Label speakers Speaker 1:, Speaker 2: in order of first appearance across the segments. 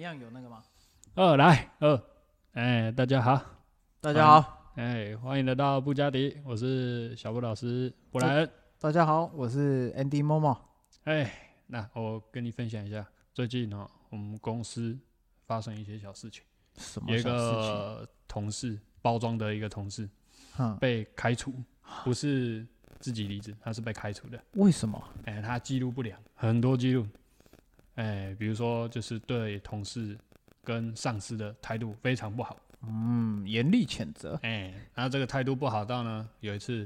Speaker 1: 样有那个吗？
Speaker 2: 二来二，哎，大家好，
Speaker 3: 大家好，
Speaker 2: 哎，欢迎来到布加迪，我是小布老师布莱恩。
Speaker 3: 大家好，我是 Andy Momo。
Speaker 2: 哎，那我跟你分享一下，最近哦，我们公司发生一些小事情，
Speaker 3: 什
Speaker 2: 有
Speaker 3: 么
Speaker 2: 一
Speaker 3: 小事情？
Speaker 2: 个同事包装的一个同事
Speaker 3: 哼，
Speaker 2: 被开除，不是自己离职，他是被开除的。
Speaker 3: 为什么？
Speaker 2: 哎，他记录不良，很多记录。哎，比如说就是对同事跟上司的态度非常不好。
Speaker 3: 嗯，严厉谴责。
Speaker 2: 哎，然后这个态度不好到呢，有一次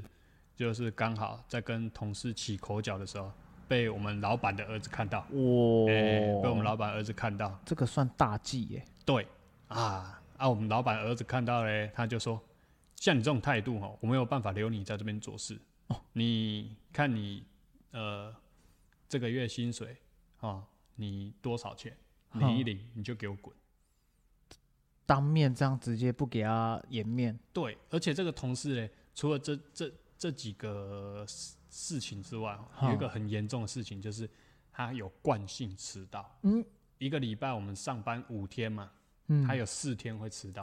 Speaker 2: 就是刚好在跟同事起口角的时候，被我们老板的儿子看到，
Speaker 3: 哇、
Speaker 2: 哎，被我们老板儿子看到，
Speaker 3: 哦这个算大忌耶！
Speaker 2: 对啊啊，我们老板儿子看到嘞，他就说，像你这种态度哦，我没有办法留你在这边做事，你看你呃这个月薪水哦，你多少钱，领一
Speaker 3: 哼
Speaker 2: 领你就给我滚。
Speaker 3: 当面这样直接不给他颜面，
Speaker 2: 对，而且这个同事嘞，除了这这这几个事事情之外，哦
Speaker 3: 哈
Speaker 2: 有一个很严重的事情，就是他有惯性迟到。
Speaker 3: 嗯，
Speaker 2: 一个礼拜我们上班五天嘛，
Speaker 3: 嗯，
Speaker 2: 他有四天会迟到，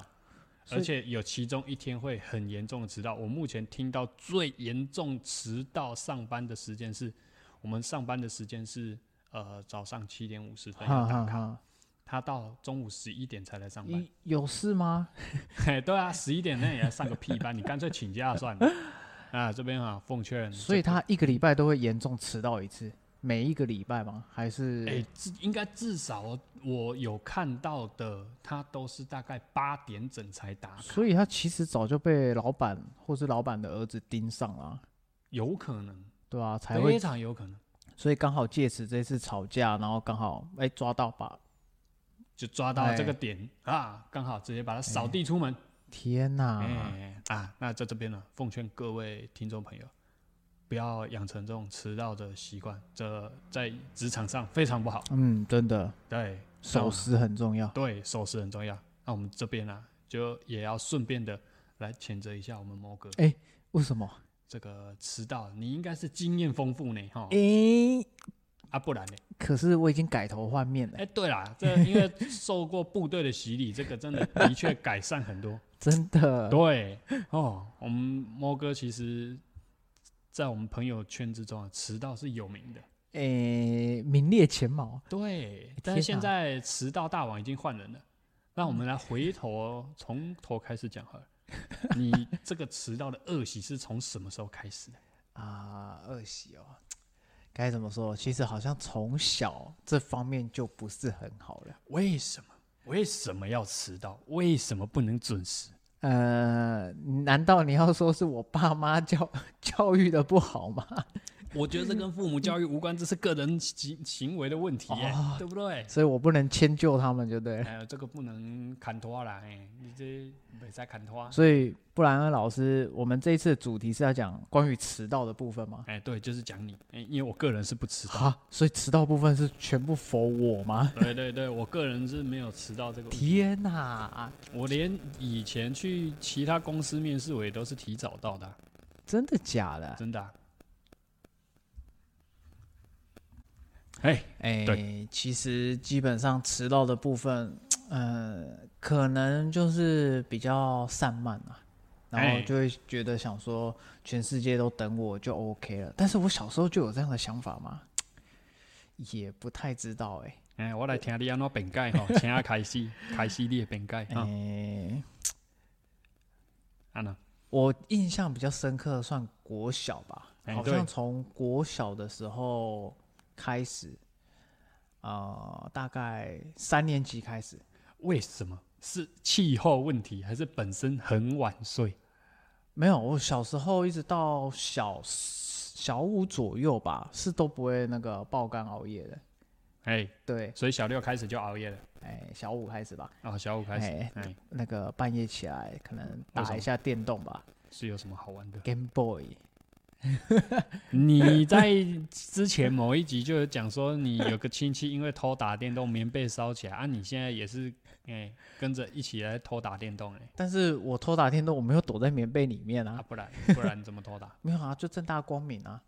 Speaker 3: 所以
Speaker 2: 而且有其中一天会很严重的迟到。我目前听到最严重迟到上班的时间是，我们上班的时间是呃早上七点五十分要
Speaker 3: 哈
Speaker 2: 打
Speaker 3: 哈
Speaker 2: 卡，
Speaker 3: 哈，
Speaker 2: 他到中午十一点才来上班。嗯
Speaker 3: 一有事吗？
Speaker 2: 嘿，对啊，十一点那也要上个屁班，你干脆请假算 了。啊，这边啊，奉劝这个，
Speaker 3: 所以他一个礼拜都会严重迟到一次，每一个礼拜吗？还是？
Speaker 2: 哎、至应该至少我有看到的，他都是大概八点整才打卡，
Speaker 3: 所以他其实早就被老板或是老板的儿子盯上了啊，
Speaker 2: 有可能，
Speaker 3: 对啊？才
Speaker 2: 非
Speaker 3: 会，
Speaker 2: 常有可能，
Speaker 3: 所以刚好借此这次吵架，然后刚好哎、抓到把，
Speaker 2: 就抓到这
Speaker 3: 哎
Speaker 2: 个点、啊，刚好直接把他扫地出门。
Speaker 3: 天哪、
Speaker 2: 哎、啊，那在这边呢，奉劝各位听众朋友，不要养成这种迟到的习惯，这在职场上非常不好。
Speaker 3: 嗯，真的，
Speaker 2: 对，
Speaker 3: 守时很重要。
Speaker 2: 对，守时很重要。那我们这边啊，就也要顺便的来谴责一下我们摩哥、
Speaker 3: 哎为什么？
Speaker 2: 这个迟到，你应该是经验丰富呢，哈、
Speaker 3: 诶、
Speaker 2: 啊，不然呢？
Speaker 3: 可是我已经改头换面了、
Speaker 2: 哎、对啦，这因为受过部队的洗礼，这个真的的确改善很多。
Speaker 3: 真的。
Speaker 2: 对，哦，我们摩哥其实，在我们朋友圈之中啊，迟到是有名的。
Speaker 3: 诶、名列前茅。
Speaker 2: 对，但
Speaker 3: 天
Speaker 2: 是
Speaker 3: 哪
Speaker 2: 现在迟到大王已经换人了。那我们来回头从头开始讲好了。 你这个迟到的恶习是从什么时候开始的？
Speaker 3: 啊，恶习哦，该怎么说？其实好像从小这方面就不是很好了。
Speaker 2: 为什么？为什么要迟到？为什么不能准时？
Speaker 3: 呃，难道你要说是我爸妈教 教育的不好吗？
Speaker 2: 我觉得这跟父母教育无关，这是个人行行为的问题、耶，
Speaker 3: 哦
Speaker 2: 对不对？
Speaker 3: 所以我不能迁就他们就对了。
Speaker 2: 还有这个不能砍拖啦，哎，你这没在砍拖。啊
Speaker 3: 所以布莱恩老师，我们这一次的主题是要讲关于迟到的部分吗？
Speaker 2: 哎，对，就是讲你，哎，因为我个人是不迟 到，
Speaker 3: 啊，所以迟到部分是全部否我吗？
Speaker 2: 对对对，我个人是没有迟到这个问题。
Speaker 3: 天哪、
Speaker 2: 我连以前去其他公司面试，我也都是提早到的啊、
Speaker 3: 真的假的？
Speaker 2: 真的啊、哎，
Speaker 3: 哎、
Speaker 2: 对
Speaker 3: 其实基本上迟到的部分，呃，可能就是比较散漫啊，然后
Speaker 2: 哎
Speaker 3: 就会觉得想说全世界都等我就 OK 了。但是我小时候就有这样的想法吗？也不太知道哎、
Speaker 2: 哎，我来听你安怎辩解吼，请阿开始，开始你的辩解
Speaker 3: 哎、
Speaker 2: 啊，安娜，
Speaker 3: 我印象比较深刻的算国小吧，
Speaker 2: 哎
Speaker 3: 好
Speaker 2: 对
Speaker 3: 像从国小的时候开始，呃，大概三年级开始。
Speaker 2: 为什么是气候问题，还是本身很晚睡？
Speaker 3: 没有，我小时候一直到小小五左右吧，是都不会那个爆肝熬夜的。
Speaker 2: 哎，
Speaker 3: 对，
Speaker 2: 所以小六开始就熬夜了，
Speaker 3: 哎，小五开始吧，
Speaker 2: 哦，小五开始，
Speaker 3: 哎
Speaker 2: 哎，
Speaker 3: 那个半夜起来可能
Speaker 2: 为什
Speaker 3: 打
Speaker 2: 么
Speaker 3: 一下电动吧
Speaker 2: 是有什么好玩的？
Speaker 3: ，Game Boy。
Speaker 2: 你在之前某一集就有讲说，你有个亲戚因为偷打电动，棉被烧起来啊！你现在也是哎、跟着一起来偷打电动哎、
Speaker 3: 但是我偷打电动，我没有躲在棉被里面
Speaker 2: 啊
Speaker 3: 啊，
Speaker 2: 不然不然怎么偷 打？
Speaker 3: 没有啊，就正大光明啊。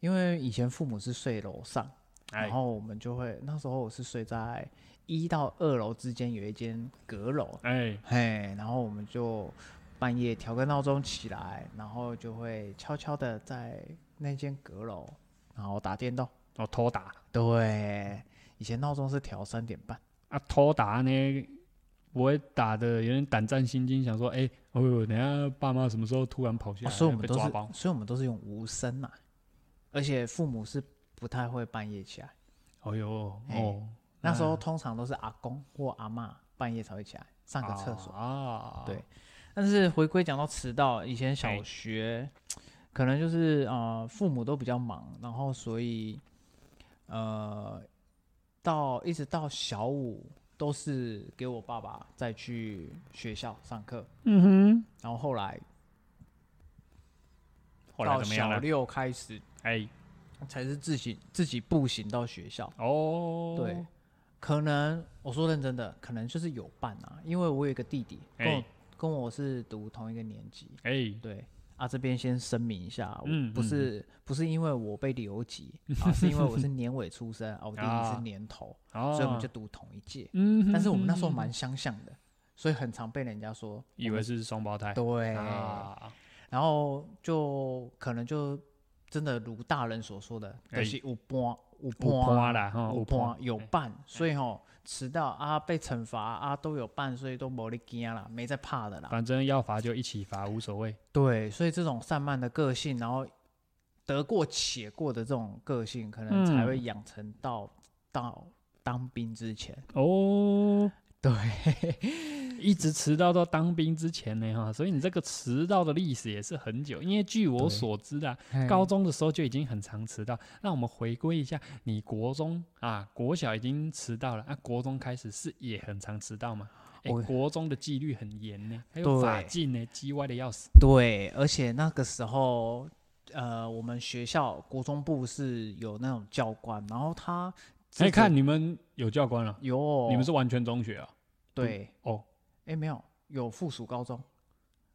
Speaker 3: 因为以前父母是睡楼上，
Speaker 2: 哎
Speaker 3: 然后我们就会那时候我是睡在一到二楼之间有一间阁楼，
Speaker 2: 哎，
Speaker 3: 嘿，然后我们就半夜调个闹钟起来，然后就会悄悄的在那间阁楼，然后打电动。
Speaker 2: 哦，偷打
Speaker 3: 对，以前闹钟是调三点半，
Speaker 2: 啊，偷打呢，我也打的有点胆战心惊，想说，哎、哦呦，等一下爸妈什么时候突然跑下
Speaker 3: 哦
Speaker 2: 来，
Speaker 3: 所以我们
Speaker 2: 啊被
Speaker 3: 都是
Speaker 2: 抓包，，
Speaker 3: 所以我们都是用无声嘛，而且父母是不太会半夜起来，
Speaker 2: 哦呦，哦，
Speaker 3: 哎那
Speaker 2: 嗯
Speaker 3: 时候通常都是阿公或阿嬷半夜才会起来上个厕所。
Speaker 2: 啊，
Speaker 3: 对但是回归讲到迟到，以前小
Speaker 2: 哎
Speaker 3: 学可能就是呃父母都比较忙，然后所以呃到一直到小五都是给我爸爸再去学校上课，
Speaker 2: 嗯
Speaker 3: 然后后来
Speaker 2: 哼，后来
Speaker 3: 到
Speaker 2: 怎么样
Speaker 3: 小
Speaker 2: 了？
Speaker 3: 六开始
Speaker 2: 哎，
Speaker 3: 才是自己自己步行到学校。
Speaker 2: 哦，
Speaker 3: 对，可能我说认真的，可能就是有伴啊，因为我有一个弟弟，跟我、
Speaker 2: 哎
Speaker 3: 跟我是读同一个年级，
Speaker 2: 哎，
Speaker 3: 对啊，这边先声明一下，我
Speaker 2: 嗯
Speaker 3: 不
Speaker 2: 嗯
Speaker 3: 是、不是因为我被留 级啊，是因为我是年尾出生，啊，我弟弟
Speaker 2: 啊
Speaker 3: 是年头，
Speaker 2: 哦，
Speaker 3: 所以我们就读同一届。
Speaker 2: 嗯哼，
Speaker 3: 但是我们那时候
Speaker 2: 嗯哼
Speaker 3: 蛮相像的，所以很常被人家说
Speaker 2: 以为是双胞胎，
Speaker 3: 对，
Speaker 2: 啊，
Speaker 3: 然后就可能就真的如大人所说的，就
Speaker 2: 哎
Speaker 3: 是有伴有
Speaker 2: 有
Speaker 3: 伴
Speaker 2: 伴啦，哈，
Speaker 3: 有
Speaker 2: 伴哎
Speaker 3: 伴有伴，所以吼迟到啊被惩罚啊都有伴，所以都没得惊啦，没在怕的啦。
Speaker 2: 反正要罚就一起罚，无所谓。
Speaker 3: 对，所以这种散漫的个性，然后得过且过的这种个性，可能才
Speaker 2: 嗯
Speaker 3: 会养成到、到当兵之 前。
Speaker 2: 哦，
Speaker 3: 对，
Speaker 2: 一直迟到到当兵之前呢，哈，所以你这个迟到的历史也是很久。因为据我
Speaker 3: 对嗯
Speaker 2: 所知啊，高中的时候就已经很常迟到。那我们回归一下，你国中啊，国小已经迟到了，啊，国中开始是也很常迟到嘛？哎、
Speaker 3: 我
Speaker 2: 国中的纪律很严呢，还有法
Speaker 3: 对
Speaker 2: 禁呢，叽歪的要死。
Speaker 3: 对，而且那个时候，呃，我们学校国中部是有那种教官，然后他
Speaker 2: 哎、
Speaker 3: 这
Speaker 2: 看
Speaker 3: 个
Speaker 2: 你们有教官了，
Speaker 3: 有
Speaker 2: 你们是完全中学啊？
Speaker 3: 对
Speaker 2: 哦
Speaker 3: 哎没有有附属高中，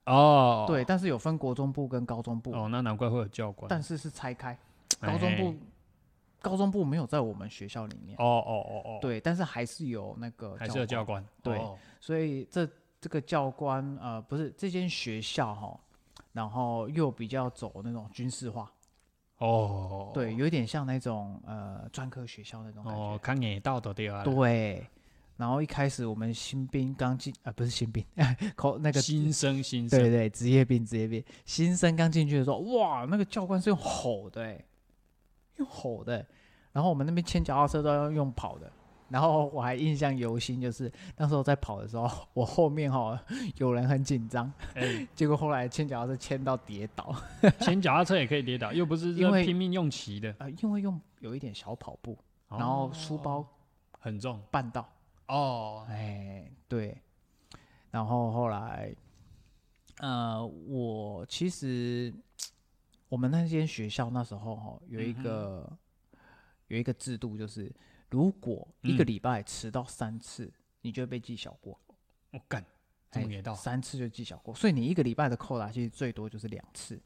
Speaker 2: 哦，
Speaker 3: 对，，但是有分国中部跟高中部，
Speaker 2: 哦，那难怪会有教官。
Speaker 3: 但是是拆开，
Speaker 2: 哎
Speaker 3: 高中部、高中部没有在我们学校里面。
Speaker 2: 哦哦哦哦，，
Speaker 3: 对，但是还是有那个
Speaker 2: 还是有教官。
Speaker 3: 对
Speaker 2: 哦
Speaker 3: 所以这这个教官呃，不是这间学校哈，然后又比较走那种军事化，
Speaker 2: 哦，
Speaker 3: 对，有点像那种呃专科学校那种感觉。
Speaker 2: 哦，看眼到的对啊，
Speaker 3: 对，然后一开始我们新兵刚进啊、不是新兵， 口那个
Speaker 2: 新生新
Speaker 3: 对
Speaker 2: 生，
Speaker 3: 对职业病职业病，新生刚进去的时候，哇，那个教官是用吼的、欸，用吼的欸、然后我们那边牵脚踏车都要用跑的。然后我还印象犹新，就是那时候在跑的时候， 我后面哈、有人很紧张，
Speaker 2: 哎，
Speaker 3: 结果后来牵脚踏车牵到跌倒，
Speaker 2: 牵脚踏车也可以跌倒，又不是
Speaker 3: 因
Speaker 2: 说
Speaker 3: 为
Speaker 2: 拼命用骑的，
Speaker 3: 呃，因为用有一点小跑步，
Speaker 2: 哦
Speaker 3: 然后书包
Speaker 2: 很重
Speaker 3: 绊到，
Speaker 2: 哦，
Speaker 3: 哎，对，然后后来，呃，我其实我们那间学校那时候哈、有一
Speaker 2: 嗯哼
Speaker 3: 个、有一个制度，就是如果一个
Speaker 2: 嗯
Speaker 3: 礼拜迟到三次，你就会被记小过，
Speaker 2: 我干，这么
Speaker 3: 哎
Speaker 2: 给到
Speaker 3: 三次就记小过，所以你一个礼拜的扣打其实最多就是两次，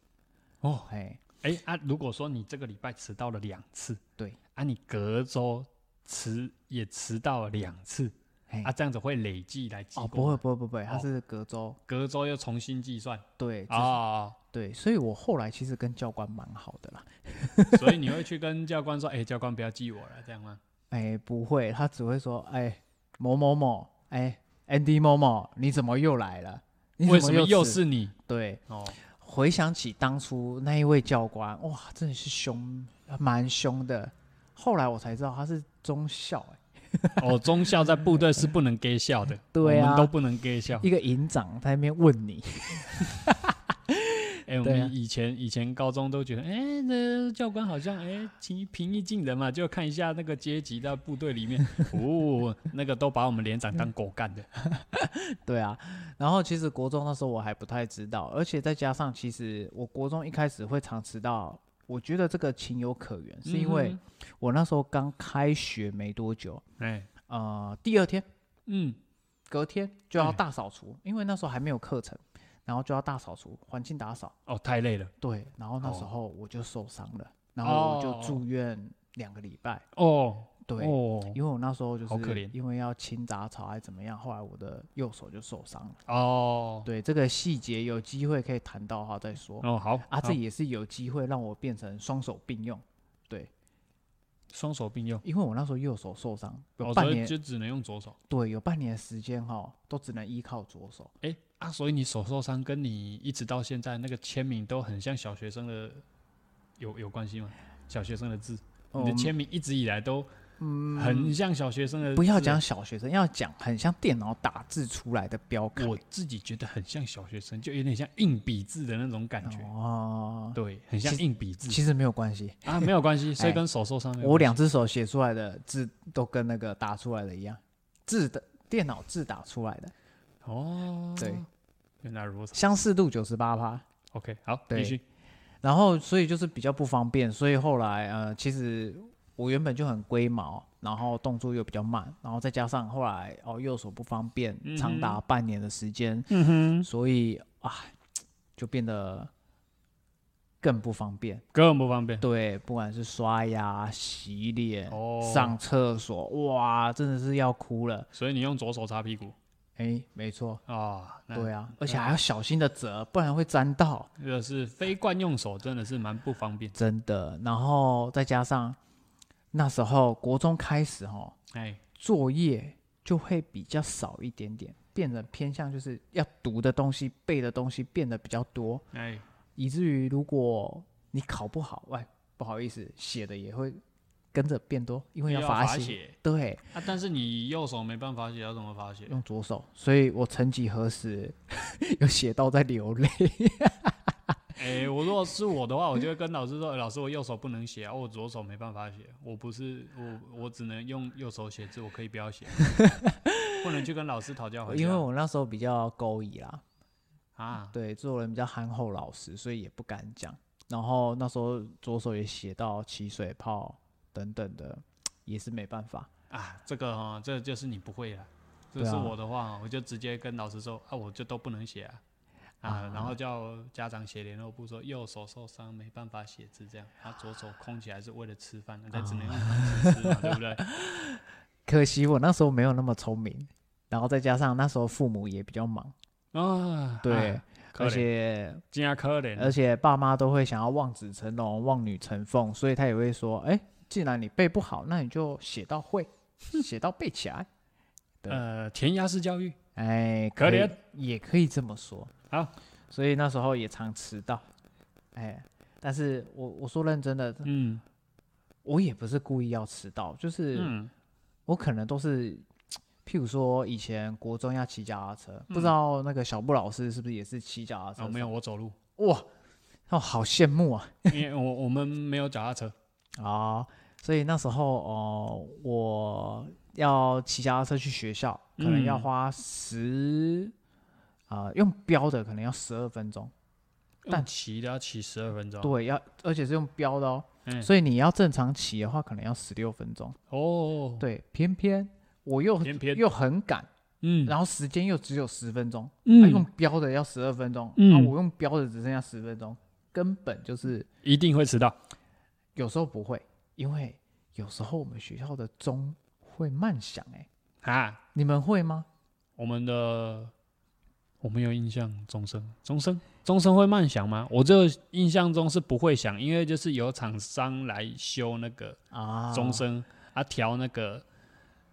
Speaker 2: 哦，
Speaker 3: 哎，
Speaker 2: 哎啊，如果说你这个礼拜迟到了两次，
Speaker 3: 对，
Speaker 2: 啊，你隔周迟也迟到了两次，
Speaker 3: 哎
Speaker 2: 啊，这样子会累计来记
Speaker 3: 哦，
Speaker 2: 过
Speaker 3: 不会
Speaker 2: 吗，
Speaker 3: 不会不会，它
Speaker 2: 哦
Speaker 3: 是隔周，
Speaker 2: 隔周又重新计算
Speaker 3: 对，只是
Speaker 2: 啊，
Speaker 3: 对，所以我后来其实跟教官蛮好的啦。
Speaker 2: 所以你会去跟教官说，哎，教官不要记我了，这样吗？
Speaker 3: 哎，不会，他只会说，哎，某某某，哎，Andy 某某，你怎么又来了？你
Speaker 2: 为
Speaker 3: 怎
Speaker 2: 什么又
Speaker 3: 迟
Speaker 2: 是你？
Speaker 3: 对？
Speaker 2: 哦，
Speaker 3: 回想起当初那一位教官，哇，真的是凶，蛮凶的。后来我才知道他是中校、哎，
Speaker 2: 哦，中校在部队是不能给 笑的，
Speaker 3: 对
Speaker 2: 我
Speaker 3: 啊
Speaker 2: 们都不能给笑。
Speaker 3: 一个营长在那边问你，
Speaker 2: 哎、我
Speaker 3: 对啊
Speaker 2: 们以前、以前高中都觉得，哎、那教官好像哎平平易近人嘛，就看一下那个阶级在部队里面， 哦，那个都把我们连长当狗干的。
Speaker 3: 对啊。然后其实国中那时候我还不太知道，而且再加上其实我国中一开始会常迟到，我觉得这个情有可原，是因为
Speaker 2: 嗯
Speaker 3: 我那时候刚开学没多久，
Speaker 2: 哼，哎、
Speaker 3: 呃，第二天。
Speaker 2: 嗯，
Speaker 3: 隔天就要
Speaker 2: 嗯
Speaker 3: 大扫除，因为那时候还没有课程，然后就要大扫除，环境打扫。
Speaker 2: 哦，太累了，
Speaker 3: 对，然后那时
Speaker 2: 哦
Speaker 3: 候我就受伤了，然后我就
Speaker 2: 哦
Speaker 3: 住院两个礼拜。
Speaker 2: 哦，
Speaker 3: 对，
Speaker 2: 哦
Speaker 3: 因为我那时候就是
Speaker 2: 好可怜
Speaker 3: 因为要清杂草还怎么样，后来我的右手就受伤了。
Speaker 2: 哦
Speaker 3: 对，这个细节有机会可以谈到的话再说。
Speaker 2: 哦好
Speaker 3: 啊，这
Speaker 2: 好
Speaker 3: 也是有机会让我变成双手并用，
Speaker 2: 双手并用，
Speaker 3: 因为我那时候右手受伤，有
Speaker 2: 哦，
Speaker 3: 半
Speaker 2: 所
Speaker 3: 年
Speaker 2: 以，就只能用左手。
Speaker 3: 对，有半年的时间哈，都只能依靠左手。
Speaker 2: 哎、啊，所以你手受伤跟你一直到现在那个签名都很像小学生的，有有关系吗？小学生的字，
Speaker 3: 哦嗯
Speaker 2: 你的签名一直以来都很像小学生的字、
Speaker 3: 不要讲小学生，要讲很像电脑打字出来的标
Speaker 2: 欸，
Speaker 3: 杆。
Speaker 2: 我自己觉得很像小学生，就有点像硬笔字的那种感觉，
Speaker 3: 哦，
Speaker 2: 对，很像
Speaker 3: 其
Speaker 2: 硬笔字
Speaker 3: 其实没有关系，
Speaker 2: 啊，没有关系，所以
Speaker 3: 哎
Speaker 2: 跟手受伤没有
Speaker 3: 我
Speaker 2: 关
Speaker 3: 两只手写出来的字都跟那个打出来的一样，字的电脑字打出来的，
Speaker 2: 系哦，
Speaker 3: 对，
Speaker 2: 原来如此
Speaker 3: 相似度九十八趴。
Speaker 2: ，OK，好，
Speaker 3: 对
Speaker 2: 继续，
Speaker 3: 然后所以就是比较不方便，所以后来呃，其实我原本就很龟毛，然后动作又比较慢，然后再加上后来哦右手不方便，长达半年的时间，
Speaker 2: 嗯哼，
Speaker 3: 所以啊就变得更不方便。
Speaker 2: 更不方便
Speaker 3: 对，不管是刷牙、洗脸、
Speaker 2: 哦，，
Speaker 3: 上厕所，哇，真的是要哭了。
Speaker 2: 所以你用左手擦屁股
Speaker 3: 哎，没错，
Speaker 2: 啊，那
Speaker 3: 对啊，而且还要小心的折，不然会沾到。
Speaker 2: 这个是非惯用手，真的是蛮不方便，
Speaker 3: 真的。然后再加上那时候国中开始哈，
Speaker 2: 哎。
Speaker 3: 作业就会比较少一点点，变得偏向就是要读的东西、背的东西变得比较多，
Speaker 2: 哎，
Speaker 3: 以至于如果你考不好，喂，不好意思，写的也会跟着变多，因为
Speaker 2: 要
Speaker 3: 要罚
Speaker 2: 罚
Speaker 3: 写。
Speaker 2: 写
Speaker 3: 对，
Speaker 2: 啊！但是你右手没办法写，要怎么罚写？
Speaker 3: 用左手，所以我曾几何时 有写到在流泪。
Speaker 2: 哎、我如果是我的话，我就会跟老师说：“哎老师，我右手不能写啊，我左手没办法写，我不是我，我只能用右手写字，我可以不 要写，不能去跟老师讨教回家。”
Speaker 3: 因为我那时候比较勾引啦，
Speaker 2: 啊，
Speaker 3: 对，做人比较憨厚老实，所以也不敢讲。然后那时候左手也写到起水泡等等的，也是没办法。
Speaker 2: 啊，这个哈，这就是你不会了。这
Speaker 3: 对啊
Speaker 2: 是我的话，我就直接跟老师说啊，我就都不能写啊，啊，然后叫家长写联络簿说右手受伤没办法写字，这样，他、左手空起来是为了吃饭，
Speaker 3: 哦
Speaker 2: 那、只能用盘子吃嘛，对不对？
Speaker 3: 可惜我那时候没有那么聪明，然后再加上那时候父母也比较忙，
Speaker 2: 啊，
Speaker 3: 对，
Speaker 2: 啊可
Speaker 3: 而
Speaker 2: 怜，
Speaker 3: 且
Speaker 2: 真的可怜，
Speaker 3: 而且爸妈都会想要望子成龙、望女成凤，所以他也会说：“哎，既然你背不好，那你就写到 会，写到背起来。对
Speaker 2: 呃，填鸭式教育，”
Speaker 3: 哎，
Speaker 2: 可
Speaker 3: 可以
Speaker 2: 怜，
Speaker 3: 也可以这么说。
Speaker 2: 好，
Speaker 3: 所以那时候也常迟到，哎，但是我我说认真的，
Speaker 2: 嗯
Speaker 3: 我也不是故意要迟到，就是
Speaker 2: 嗯，
Speaker 3: 我可能都是，譬如说以前国中要骑脚踏车，不
Speaker 2: 嗯
Speaker 3: 知道那个小布老师是不是也啊是骑脚踏车
Speaker 2: 哦，
Speaker 3: 上？
Speaker 2: 没有，我走路，
Speaker 3: 哇，哦，好羡慕啊！
Speaker 2: 因为我我们没有脚踏车，
Speaker 3: 啊，所以那时候哦、我要骑脚踏车去学校，可能要
Speaker 2: 嗯
Speaker 3: 花十啊、用标的可能要十二分钟，但
Speaker 2: 但嗯骑都要骑十二分钟，
Speaker 3: 对，要而且是用标的哦，
Speaker 2: 哦嗯，
Speaker 3: 所以你要正常骑的话，可能要十六分钟。
Speaker 2: 哦，，
Speaker 3: 对，偏偏我又
Speaker 2: 偏偏，
Speaker 3: 又很赶，
Speaker 2: 嗯
Speaker 3: 然后时间又只有十分钟，他、用
Speaker 2: 嗯，
Speaker 3: 标的要十二分钟，
Speaker 2: 嗯
Speaker 3: 啊，我用标的只剩下十分钟，根本就是
Speaker 2: 一定会迟到，
Speaker 3: 有时候不会，因为有时候我们学校的钟会慢响、欸，哎，
Speaker 2: 啊，
Speaker 3: 你们会吗？
Speaker 2: 我们的我没有印象，钟声，钟声，钟声会慢响吗？我这个印象中是不会响，因为就是有厂商来修那个
Speaker 3: 啊，
Speaker 2: 钟声，啊调那个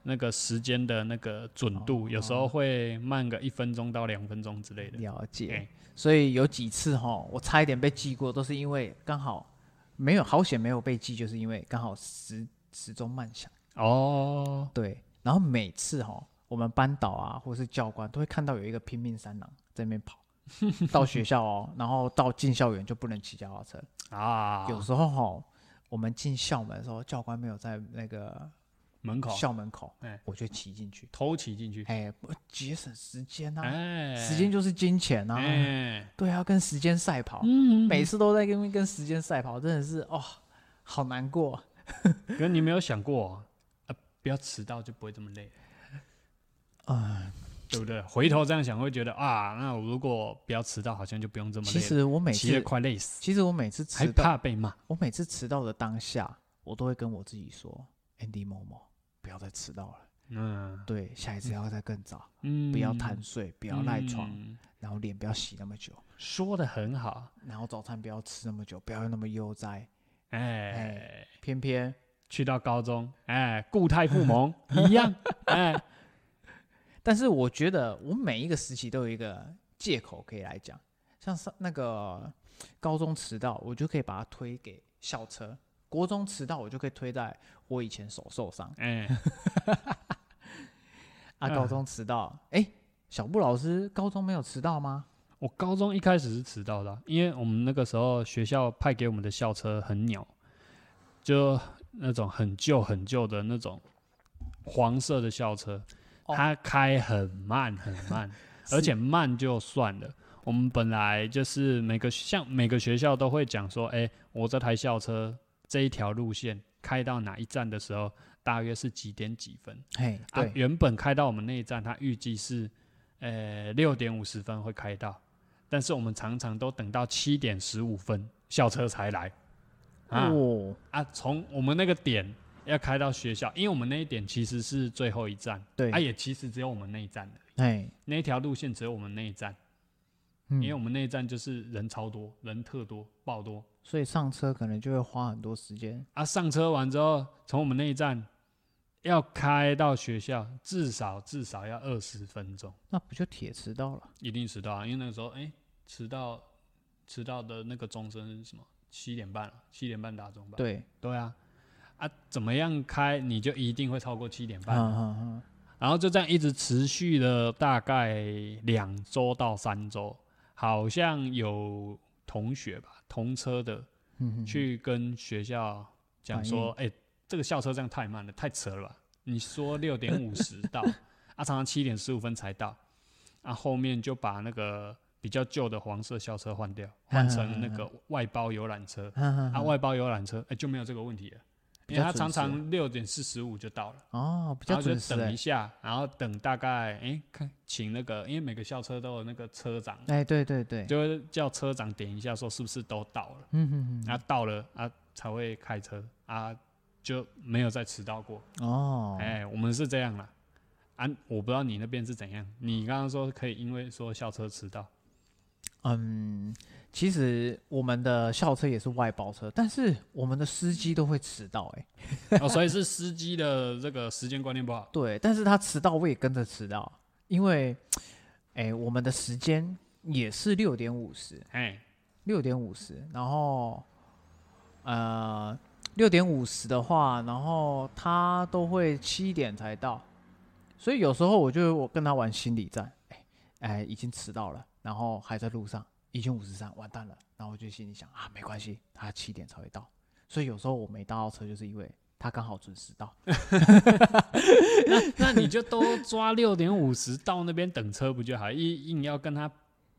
Speaker 2: 那个时间的那个准
Speaker 3: 哦
Speaker 2: 度，有时候会慢个一分钟到两分钟之类的。
Speaker 3: 了解，
Speaker 2: 哎
Speaker 3: 所以有几次哈，我差一点被记过，都是因为刚好没有好险没有被记，就是因为刚好时时钟慢响。
Speaker 2: 哦，
Speaker 3: 对，然后每次哈、我们班导啊，或是教官都会看到有一个拼命三郎在那边 跑，到学校哦，然后到进校园就不能骑脚踏车。
Speaker 2: 啊，
Speaker 3: 有时候哈、我们进校门的时候，教官没有在那个
Speaker 2: 门口
Speaker 3: 校门口，
Speaker 2: 哎
Speaker 3: 我就骑进去，
Speaker 2: 偷骑进去，
Speaker 3: 哎，不节省时间啊，
Speaker 2: 哎，
Speaker 3: 时间就是金钱啊，
Speaker 2: 哎，
Speaker 3: 对啊，跟时间赛跑，
Speaker 2: 嗯，
Speaker 3: 每次都在跟跟时间赛跑，真的是哦，好难过。啊
Speaker 2: 可你没有想过哦啊，不要迟到就不会这么累。
Speaker 3: 啊，
Speaker 2: 对不对？回头这样想会觉得啊，那我如果不要迟到，好像就不用这么累
Speaker 3: 其
Speaker 2: 了。
Speaker 3: 实我每
Speaker 2: 骑得
Speaker 3: 次，
Speaker 2: 快累死，
Speaker 3: 其实我每次
Speaker 2: 还
Speaker 3: 迟到，
Speaker 2: 怕被骂。
Speaker 3: 我每次迟到的当下，我都会跟我自己说， Andy 某某，不要再迟到了。
Speaker 2: 嗯
Speaker 3: 对，下一次要再更早，
Speaker 2: 嗯，
Speaker 3: 不要贪睡，不
Speaker 2: 不
Speaker 3: 要赖床，然后脸不要洗那么久，
Speaker 2: 嗯说的很好，
Speaker 3: 然后早餐不要吃那么久，不要那么悠哉。
Speaker 2: 哎，
Speaker 3: 偏偏
Speaker 2: 去到高中，哎，固态复 萌一样，哎，
Speaker 3: 但是我觉得我每一个时期都有一个借口可以来讲，像上那个高中迟到，我就可以把它推给校车；国中迟到，我就可以推在我以前手受 伤
Speaker 2: 哎，
Speaker 3: 啊。
Speaker 2: 嗯
Speaker 3: 高中迟到，哎、小布老师高中没有迟到吗？
Speaker 2: 我高中一开始是迟到的啊，因为我们那个时候学校派给我们的校车很鸟，就那种很旧很旧的那种黄色的校车，
Speaker 3: 哦，
Speaker 2: 它开很慢很慢
Speaker 3: 是
Speaker 2: 而且慢就算了。我们本来就是每个像每个学校都会讲说，哎、我这台校车这一条路线开到哪一站的时候，大约是几点几分。
Speaker 3: 嘿，
Speaker 2: 啊
Speaker 3: 对，，
Speaker 2: 原本开到我们那一站，它预计是呃六点五十分会开到，但是我们常常都等到七点十五分校车才来啊、
Speaker 3: 哦，
Speaker 2: 啊！从我们那个点要开到学校，因为我们那一点其实是最后一站，
Speaker 3: 对，
Speaker 2: 啊，也其实只有我们那一站的，
Speaker 3: 哎，
Speaker 2: 那一条路线只有我们那一站，因为
Speaker 3: 嗯，
Speaker 2: 我们那一站就是人超多，人特多，爆多
Speaker 3: 所以上车可能就会花很多时间，
Speaker 2: 啊！上车完之后，从我们那一站要开到学校，至少至少要二十分钟。
Speaker 3: 那不就铁迟到了？
Speaker 2: 一定迟到啊，因为那个时候，哎、迟到，迟到的那个钟声是什么？七点半了，七点半打钟吧？，
Speaker 3: 对，
Speaker 2: 啊，啊，怎么样开你就一定会超过七点
Speaker 3: 嗯
Speaker 2: 半，
Speaker 3: 嗯嗯，
Speaker 2: 然后就这样一直持续了大概两周到三周，好像有同学吧，同车的
Speaker 3: 嗯嗯，
Speaker 2: 去跟学校讲说，哎、这个校车这样太慢了，太扯了吧？你说六点五十 到，啊，常常七点十五分才到，啊，后面就把那个比较旧的黄色校车换 掉，换成那个外包游览车，
Speaker 3: 嗯
Speaker 2: 啊，外包游览车，哎、就没有这个问题了，
Speaker 3: 比
Speaker 2: 因
Speaker 3: 较
Speaker 2: 为它
Speaker 3: 准
Speaker 2: 常
Speaker 3: 时啊
Speaker 2: 常六点四十五就到了。
Speaker 3: 哦，比较
Speaker 2: 然后就
Speaker 3: 准时、
Speaker 2: 等一
Speaker 3: 欸，
Speaker 2: 下，然后等大概，哎、看，请那个，因为每个校车都有那个车长，
Speaker 3: 哎，对对对，
Speaker 2: 就会叫车长点一下，说是不是都到了。
Speaker 3: 嗯嗯嗯，
Speaker 2: 啊，到了啊才会开车啊，就没有再迟到过。
Speaker 3: 哦，
Speaker 2: 哎、我们是这样啦。啊，我不知道你那边是怎样。你刚刚说可以因为说校车迟到，
Speaker 3: 嗯，其实我们的校车也是外包车，但是我们的司机都会迟到、欸，哎，
Speaker 2: 哦，所以是司机的这个时间观念不好。
Speaker 3: 对，但是他迟到我也跟着迟到，因为，哎、我们的时间也是六点五十，
Speaker 2: 哎，
Speaker 3: 六点五十，然后，呃，六点五十的话，然后他都会七点才到，所以有时候我就我跟他玩心理战，哎、哎、已经迟到了，然后还在路上，已经五十三，完蛋了，然后我就心里想啊，没关系，他七点才会到，所以有时候我没搭到车，就是因为他刚好准时到，
Speaker 2: 那你就都抓六点五十到那边等车不就好？硬硬要跟他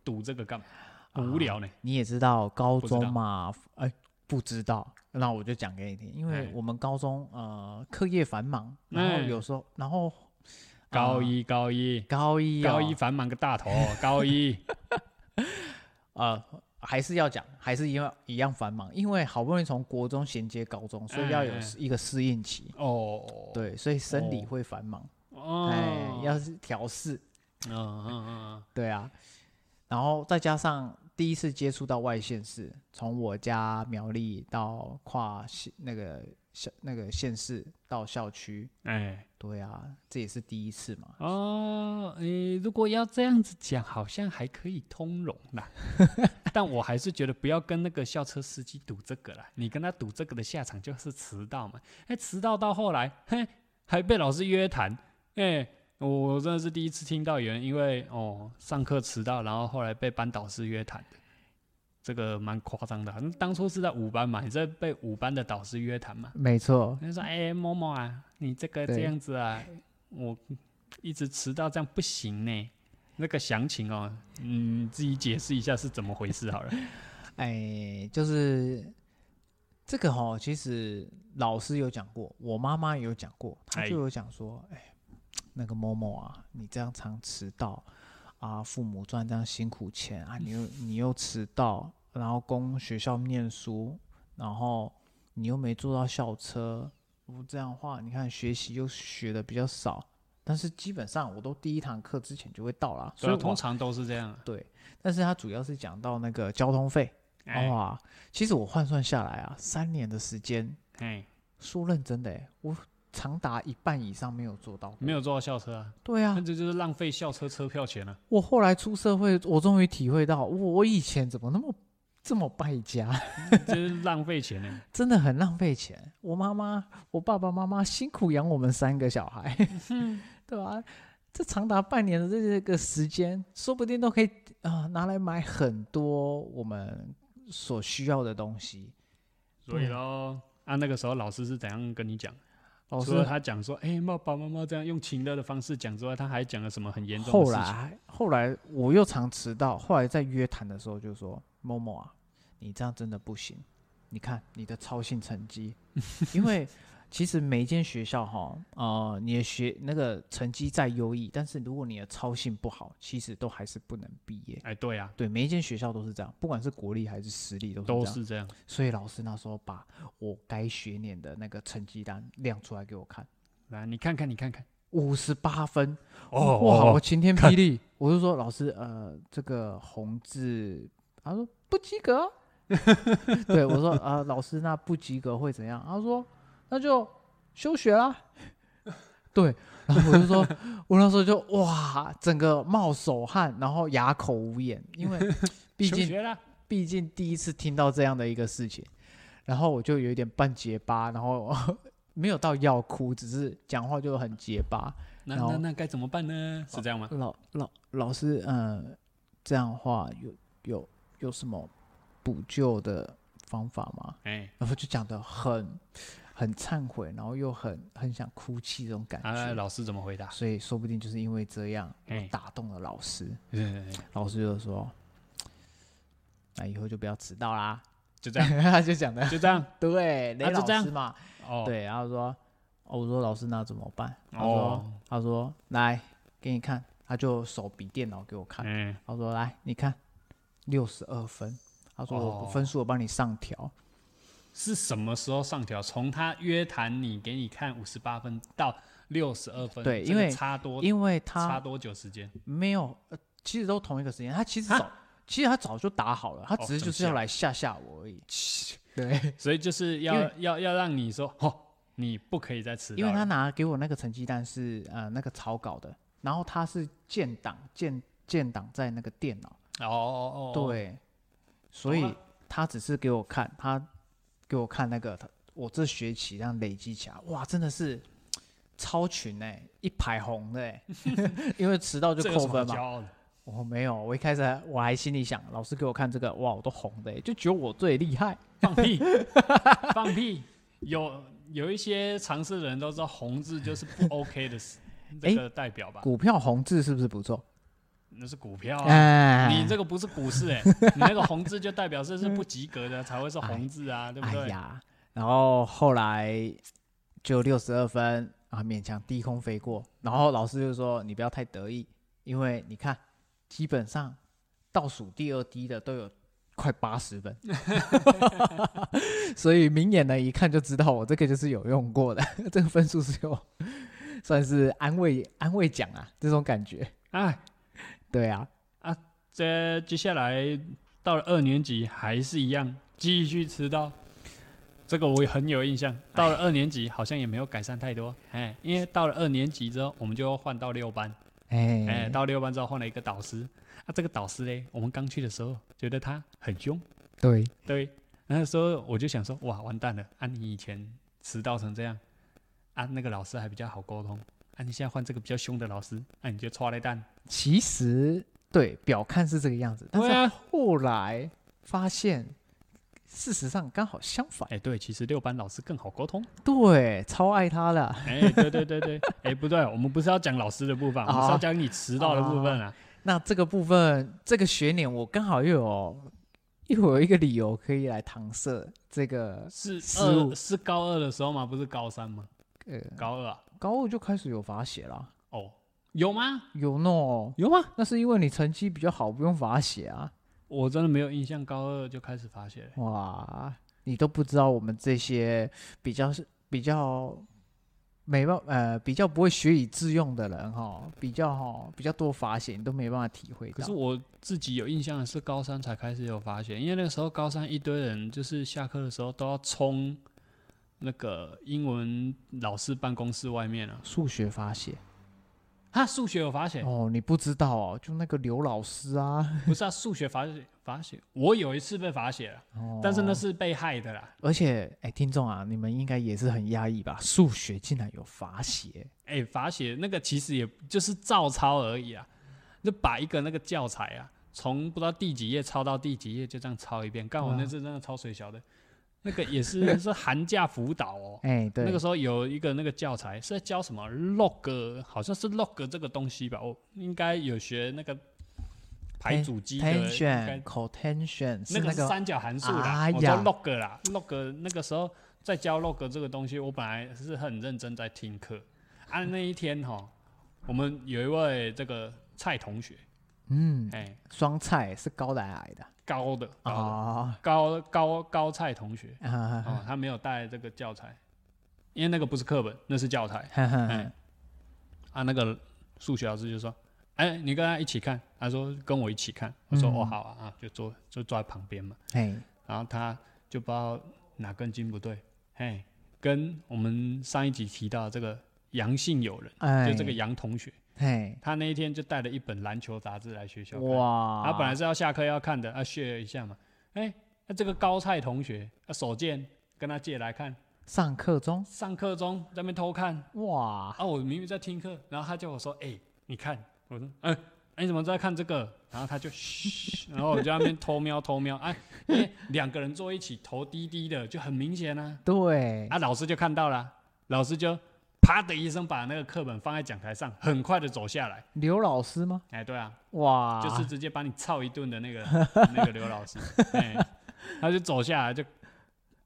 Speaker 2: 赌这个干嘛？
Speaker 3: 哦
Speaker 2: 很无聊呢。
Speaker 3: 你也知道高
Speaker 2: 不知道
Speaker 3: 中嘛，哎，不知道，那我就讲给你听，因为
Speaker 2: 哎
Speaker 3: 我们高中呃课业繁忙，然后
Speaker 2: 哎
Speaker 3: 有时候，然后
Speaker 2: 高
Speaker 3: 呃
Speaker 2: 一，高一，
Speaker 3: 高一哦、
Speaker 2: 高一繁忙个大头，高一，
Speaker 3: 呃还是要讲，还是一样一样繁忙，因为好不容易从国中衔接高中，所以要有
Speaker 2: 哎哎
Speaker 3: 一个适应期，
Speaker 2: 哦，，
Speaker 3: 对，所以生理
Speaker 2: 哦
Speaker 3: 会繁忙，
Speaker 2: 哦，
Speaker 3: 哎，要是调试，
Speaker 2: 嗯嗯嗯
Speaker 3: 对啊，然后再加上第一次接触到外县市，从我家苗栗到跨县那个小那个县市到校区，
Speaker 2: 嗯，哎。
Speaker 3: 对啊，这也是第一次嘛。
Speaker 2: 哦，诶、如果要这样子讲，好像还可以通融啦。但我还是觉得不要跟那个校车司机赌这个啦。你跟他赌这个的下场就是迟到嘛。哎、迟到到后来，嘿，还被老师约谈。哎、我我真的是第一次听到有人因为哦上课迟到，然后后来被班导师约谈的，这个蛮夸张的啊。那当初是在五班嘛，你在被五班的导师约谈嘛？
Speaker 3: 没错，
Speaker 2: 他就说：“哎、某某啊，你这个这
Speaker 3: 对
Speaker 2: 样子啊，我一直迟到，这样不行呢。那个详情哦，嗯，自己解释一下是怎么回事好了。
Speaker 3: 哎，就是这个哈、其实老师有讲过，我妈妈也有讲过，她
Speaker 2: 哎
Speaker 3: 就有讲说，哎，那个某某啊，你这样常迟到啊，父母赚这样辛苦钱啊， 你又你又迟到，然后供学校念书，然后你又没坐到校车，不这样的话，你看学习又学的比较少，但是基本上我都第一堂课之前就会到啦， 所
Speaker 2: 所
Speaker 3: 以
Speaker 2: 以
Speaker 3: 我
Speaker 2: 啊通常都是这样啊。
Speaker 3: 对，但是他主要是讲到那个交通费，
Speaker 2: 哎
Speaker 3: 哇，其实我换算下来啊，三年的时间，
Speaker 2: 哎，
Speaker 3: 说认真的、欸，我长达一半以上没有做到。
Speaker 2: 没有坐到校车啊，
Speaker 3: 对啊
Speaker 2: 那，这就是浪费校车车票钱啊。
Speaker 3: 我后来出社会，我终于体会到，我我以前怎么那么这么败家，
Speaker 2: 这是浪费钱呢、
Speaker 3: 真的很浪费钱。我妈妈、我爸爸妈妈辛苦养我们三个小孩，
Speaker 2: 嗯
Speaker 3: 对吧、这长达半年的这这个时间，说不定都可以啊、拿来买很多我们所需要的东西。
Speaker 2: 所以喽，啊，那个时候老师是怎样跟你讲？
Speaker 3: 老
Speaker 2: 除了
Speaker 3: 师
Speaker 2: 他讲说，哎、爸爸妈妈这样用情勒的方式讲之外，他还讲了什么很严重的
Speaker 3: 后
Speaker 2: 事情？
Speaker 3: 来后来我又常迟到，后来在约谈的时候就说：“某某啊，你这样真的不行，你看你的操性成 绩，因为其实每一间学校哈，呃，你的学那个成绩再优异，但是如果你的操性不好，其实都还是不能毕业。
Speaker 2: 哎、对啊，
Speaker 3: 对，每一间学校都是这样，不管是国立还是私立都是这
Speaker 2: 都
Speaker 3: 样。
Speaker 2: 是这样。
Speaker 3: 所以老师那时候把我该学年的那个成绩单亮出来给我看，
Speaker 2: 来，你看看，你看看。
Speaker 3: 五十八分。
Speaker 2: 哦，
Speaker 3: 哇，我
Speaker 2: 哦
Speaker 3: 晴天
Speaker 2: 看
Speaker 3: 霹雳！我就说老师，呃，这个红字，他说不及格啊。 对我说，呃，老师，那不及格会怎样？他说，那就休学啦。 对，然后我就说， 我那时候就哇，整个冒手汗，然后哑口无言，因 为毕
Speaker 2: 休
Speaker 3: 竟
Speaker 2: 学啦，
Speaker 3: 毕竟第一次听到这样的一个事情，然后我就有一点半结巴，然后 没有到要哭，只是讲话就很结巴。
Speaker 2: 那
Speaker 3: 然后哦
Speaker 2: 那那该怎么办呢？是这样吗？
Speaker 3: 老老老师，嗯、这样的话有有有什么补救的方法吗？
Speaker 2: 哎、
Speaker 3: 然后就讲的很很忏悔，然后又很很想哭泣这种感觉。
Speaker 2: 啊，老师怎么回答？
Speaker 3: 所以说不定就是因为这样，
Speaker 2: 哎、
Speaker 3: 打动了老师。
Speaker 2: 嗯
Speaker 3: 老师就说：“那以后就不要迟到啦。
Speaker 2: 就”这样，
Speaker 3: 他就讲的
Speaker 2: 就这样。
Speaker 3: 对，雷
Speaker 2: 啊就
Speaker 3: 老
Speaker 2: 这样
Speaker 3: 师嘛，
Speaker 2: 哦，，
Speaker 3: 对，然后说，哦，我说老师那怎么办？他说，
Speaker 2: 哦，
Speaker 3: 他说来给你看，他就手比电脑给我看，
Speaker 2: 嗯，
Speaker 3: 他说：“来，你看，六十二分。”他说：“我
Speaker 2: 哦
Speaker 3: 分数我帮你上调。
Speaker 2: 是什么时候上调？从他约谈你给你看五十八分到六十二分，
Speaker 3: 对
Speaker 2: 这个
Speaker 3: 因为
Speaker 2: 差多
Speaker 3: 因为
Speaker 2: 哦差
Speaker 3: 他
Speaker 2: 多久时间？
Speaker 3: 没有，呃，其实都同一个时间。他其实
Speaker 2: 哈
Speaker 3: 早，其实他早就打好了，他
Speaker 2: 哦
Speaker 3: 只是就是要来吓吓我而已。对，
Speaker 2: 所以就是
Speaker 3: 因
Speaker 2: 要
Speaker 3: 为
Speaker 2: 要要让你说，哦，你不可以再迟到了，
Speaker 3: 因为他拿给我那个成绩单是呃那个草稿的，然后他是建档建建档在那个电脑，
Speaker 2: 哦哦哦，哦，
Speaker 3: 对，所
Speaker 2: 懂
Speaker 3: 以
Speaker 2: 了
Speaker 3: 他只是给我看，他给我看那个，他我这学期这样累积起来，哇，真的是超群哎、一排红的、欸， 因为迟到就
Speaker 2: 这有
Speaker 3: 扣
Speaker 2: 什么
Speaker 3: 分
Speaker 2: 好骄
Speaker 3: 嘛。
Speaker 2: 傲的？
Speaker 3: 我没有，我一开始还我还心里想，老师给我看这个，哇，我都红的、欸，就觉得我最厉害。
Speaker 2: 放屁， 放屁！有有一些尝试的人都知道红字就是不 OK 的 事这个代表吧？
Speaker 3: 股票红字是不是不错？
Speaker 2: 那是股票啊，
Speaker 3: 哎、
Speaker 2: 你这个不是股市 哎、你那个红字就代表这是不及格的才会是红字啊，对不
Speaker 3: 哎
Speaker 2: 对？
Speaker 3: 呀，然后后来就六十二分啊，勉强低空飞过。然后老师就说：“你不要太得意，因为你看，基本上倒数第二低的都有快八十 分， 所以明眼人一看就知道我这个就是有用过的， 这个分数是有算是安慰安慰奖啊，这种感觉。
Speaker 2: 哎，
Speaker 3: 对啊，
Speaker 2: 这接下来到了二年级还是一样，继续迟到。这个我也很有印象，到了二年级好像也没有改善太多，哎，因为到了二年级之后，我们就换到六班，
Speaker 3: 哎、
Speaker 2: 哎、到六班之后换了一个导师，啊，这个导师嘞，我们刚去的时候觉得他很凶，
Speaker 3: 对，
Speaker 2: 对，那时候我就想说，哇，完蛋了，啊，你以前迟到成这样，啊，那个老师还比较好沟通，啊，你现在换这个比较凶的老师，啊，你就戳了蛋，
Speaker 3: 其实对表看是这个样子，但是
Speaker 2: 对啊
Speaker 3: 后来发现，事实上刚好相反
Speaker 2: 哎、，对，其实六班老师更好沟通，
Speaker 3: 对，超爱他的，
Speaker 2: 哎、对对对 对，哎、不对，我们不是要讲老师的部分，我们是要讲你迟到的部分啊，
Speaker 3: 那这个部分，这个学年我刚好又有又有一个理由可以来搪塞这个，
Speaker 2: 是
Speaker 3: 失误
Speaker 2: 二是高二的时候吗？不是高三吗？
Speaker 3: 呃，
Speaker 2: 高二啊，
Speaker 3: 高二就开始有罚写了，
Speaker 2: 哦，有吗？
Speaker 3: 有 no，
Speaker 2: 有吗？
Speaker 3: 那是因为你成绩比较好，不用罚写啊，
Speaker 2: 我真的没有印象，高二就开始发泄了。
Speaker 3: 哇，你都不知道我们这些比较是比较没办呃比较不会学以致用的人哈，比较哈比较多发现都没办法体会
Speaker 2: 可
Speaker 3: 到
Speaker 2: 是。我自己有印象的是高三才开始有发现，因为那个时候高三一堆人就是下课的时候都要冲那个英文老师办公室外面啊。
Speaker 3: 数学发现
Speaker 2: 他数学有罚写，
Speaker 3: 哦，你不知道哦，就那个刘老师啊，
Speaker 2: 不是啊，数学罚写罚写，我有一次被罚写了，
Speaker 3: 哦
Speaker 2: 但是那是被害的啦。
Speaker 3: 而且哎，听众啊，你们应该也是很压抑吧？数学竟然有罚写，
Speaker 2: 哎、罚写那个其实也就是照抄而已啊，就把一个那个教材啊，从不知道第几页抄到第几页，就这样抄一遍。干我
Speaker 3: 哇
Speaker 2: 那次真的超水小的，那个也是是寒假辅导哦。
Speaker 3: 哎，对，
Speaker 2: 那个时候有一个那个教材是在教什么 log，好像是 log 这个东西吧，我应该有学那个排组机的，应该
Speaker 3: tension cotension 哎是
Speaker 2: 那个
Speaker 3: 那
Speaker 2: 是
Speaker 3: 个
Speaker 2: 三角函数啦，
Speaker 3: 哎
Speaker 2: 我说
Speaker 3: 呀
Speaker 2: log 啦，log 那个时候在教 log 这个东西，我本来是很认真在听课，啊那一天哈，我们有一位这个蔡同学，
Speaker 3: 嗯
Speaker 2: 哎、
Speaker 3: 双菜是高的还是矮的
Speaker 2: 高的高的、
Speaker 3: 啊
Speaker 2: 高高高蔡同学，
Speaker 3: 啊
Speaker 2: 哦，他没有带这个教材，因为那个不是课本，那是教材。
Speaker 3: 哈哈
Speaker 2: 哎，啊，那个数学老师就说：“哎、你跟他一起看。”他说：“跟我一起看。”我说：“
Speaker 3: 嗯
Speaker 2: 哦，好啊，啊，就坐就坐在旁边嘛。
Speaker 3: 哎”
Speaker 2: 然后他就不知道哪根筋不对，嘿，跟我们上一集提到的这个杨姓友人，
Speaker 3: 哎，
Speaker 2: 就这个杨同学，
Speaker 3: 哎
Speaker 2: 他那一天就带了一本篮球杂志来学校看，
Speaker 3: 哇，
Speaker 2: 他本来是要下课要看的，啊，share 一下嘛。哎、那这个高蔡同学，啊，手贱跟他借来看，
Speaker 3: 上课中
Speaker 2: 上课中在那边偷看，
Speaker 3: 哇，
Speaker 2: 啊，我明明在听课，然后他叫我说，哎、你看，我说，哎、哎你怎么在看这个？然后他就嘘，然后我就在那边偷瞄偷瞄，哎、因为两个人坐一起，头低低的，就很明显啊。
Speaker 3: 对，
Speaker 2: 啊，老师就看到了，老师就啪的一声把那个课本放在讲台上，很快的走下来。
Speaker 3: 刘老师吗？
Speaker 2: 哎、对啊，
Speaker 3: 哇，
Speaker 2: 就是直接把你操一顿 的那个那个刘老师，哎、他就走下来，就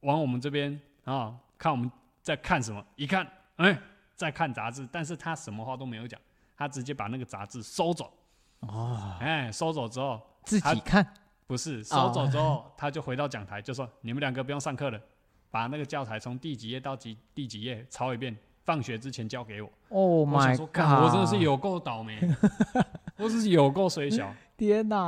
Speaker 2: 往我们这边啊、看我们在看什么，一看，哎、在看杂志，但是他什么话都没有讲，他直接把那个杂志收走，
Speaker 3: 哦，
Speaker 2: 哎、收走之后，
Speaker 3: 自
Speaker 2: 他
Speaker 3: 己看
Speaker 2: 不是收走之后，他就回到讲台，就说你们两个不用上课了，把那个教材从第几页到几第几页抄一遍，放学之前交给我。
Speaker 3: ，Oh
Speaker 2: 我想
Speaker 3: my
Speaker 2: 说，干
Speaker 3: god，
Speaker 2: 我真的是有够倒霉，我真是有够水小，
Speaker 3: 天哪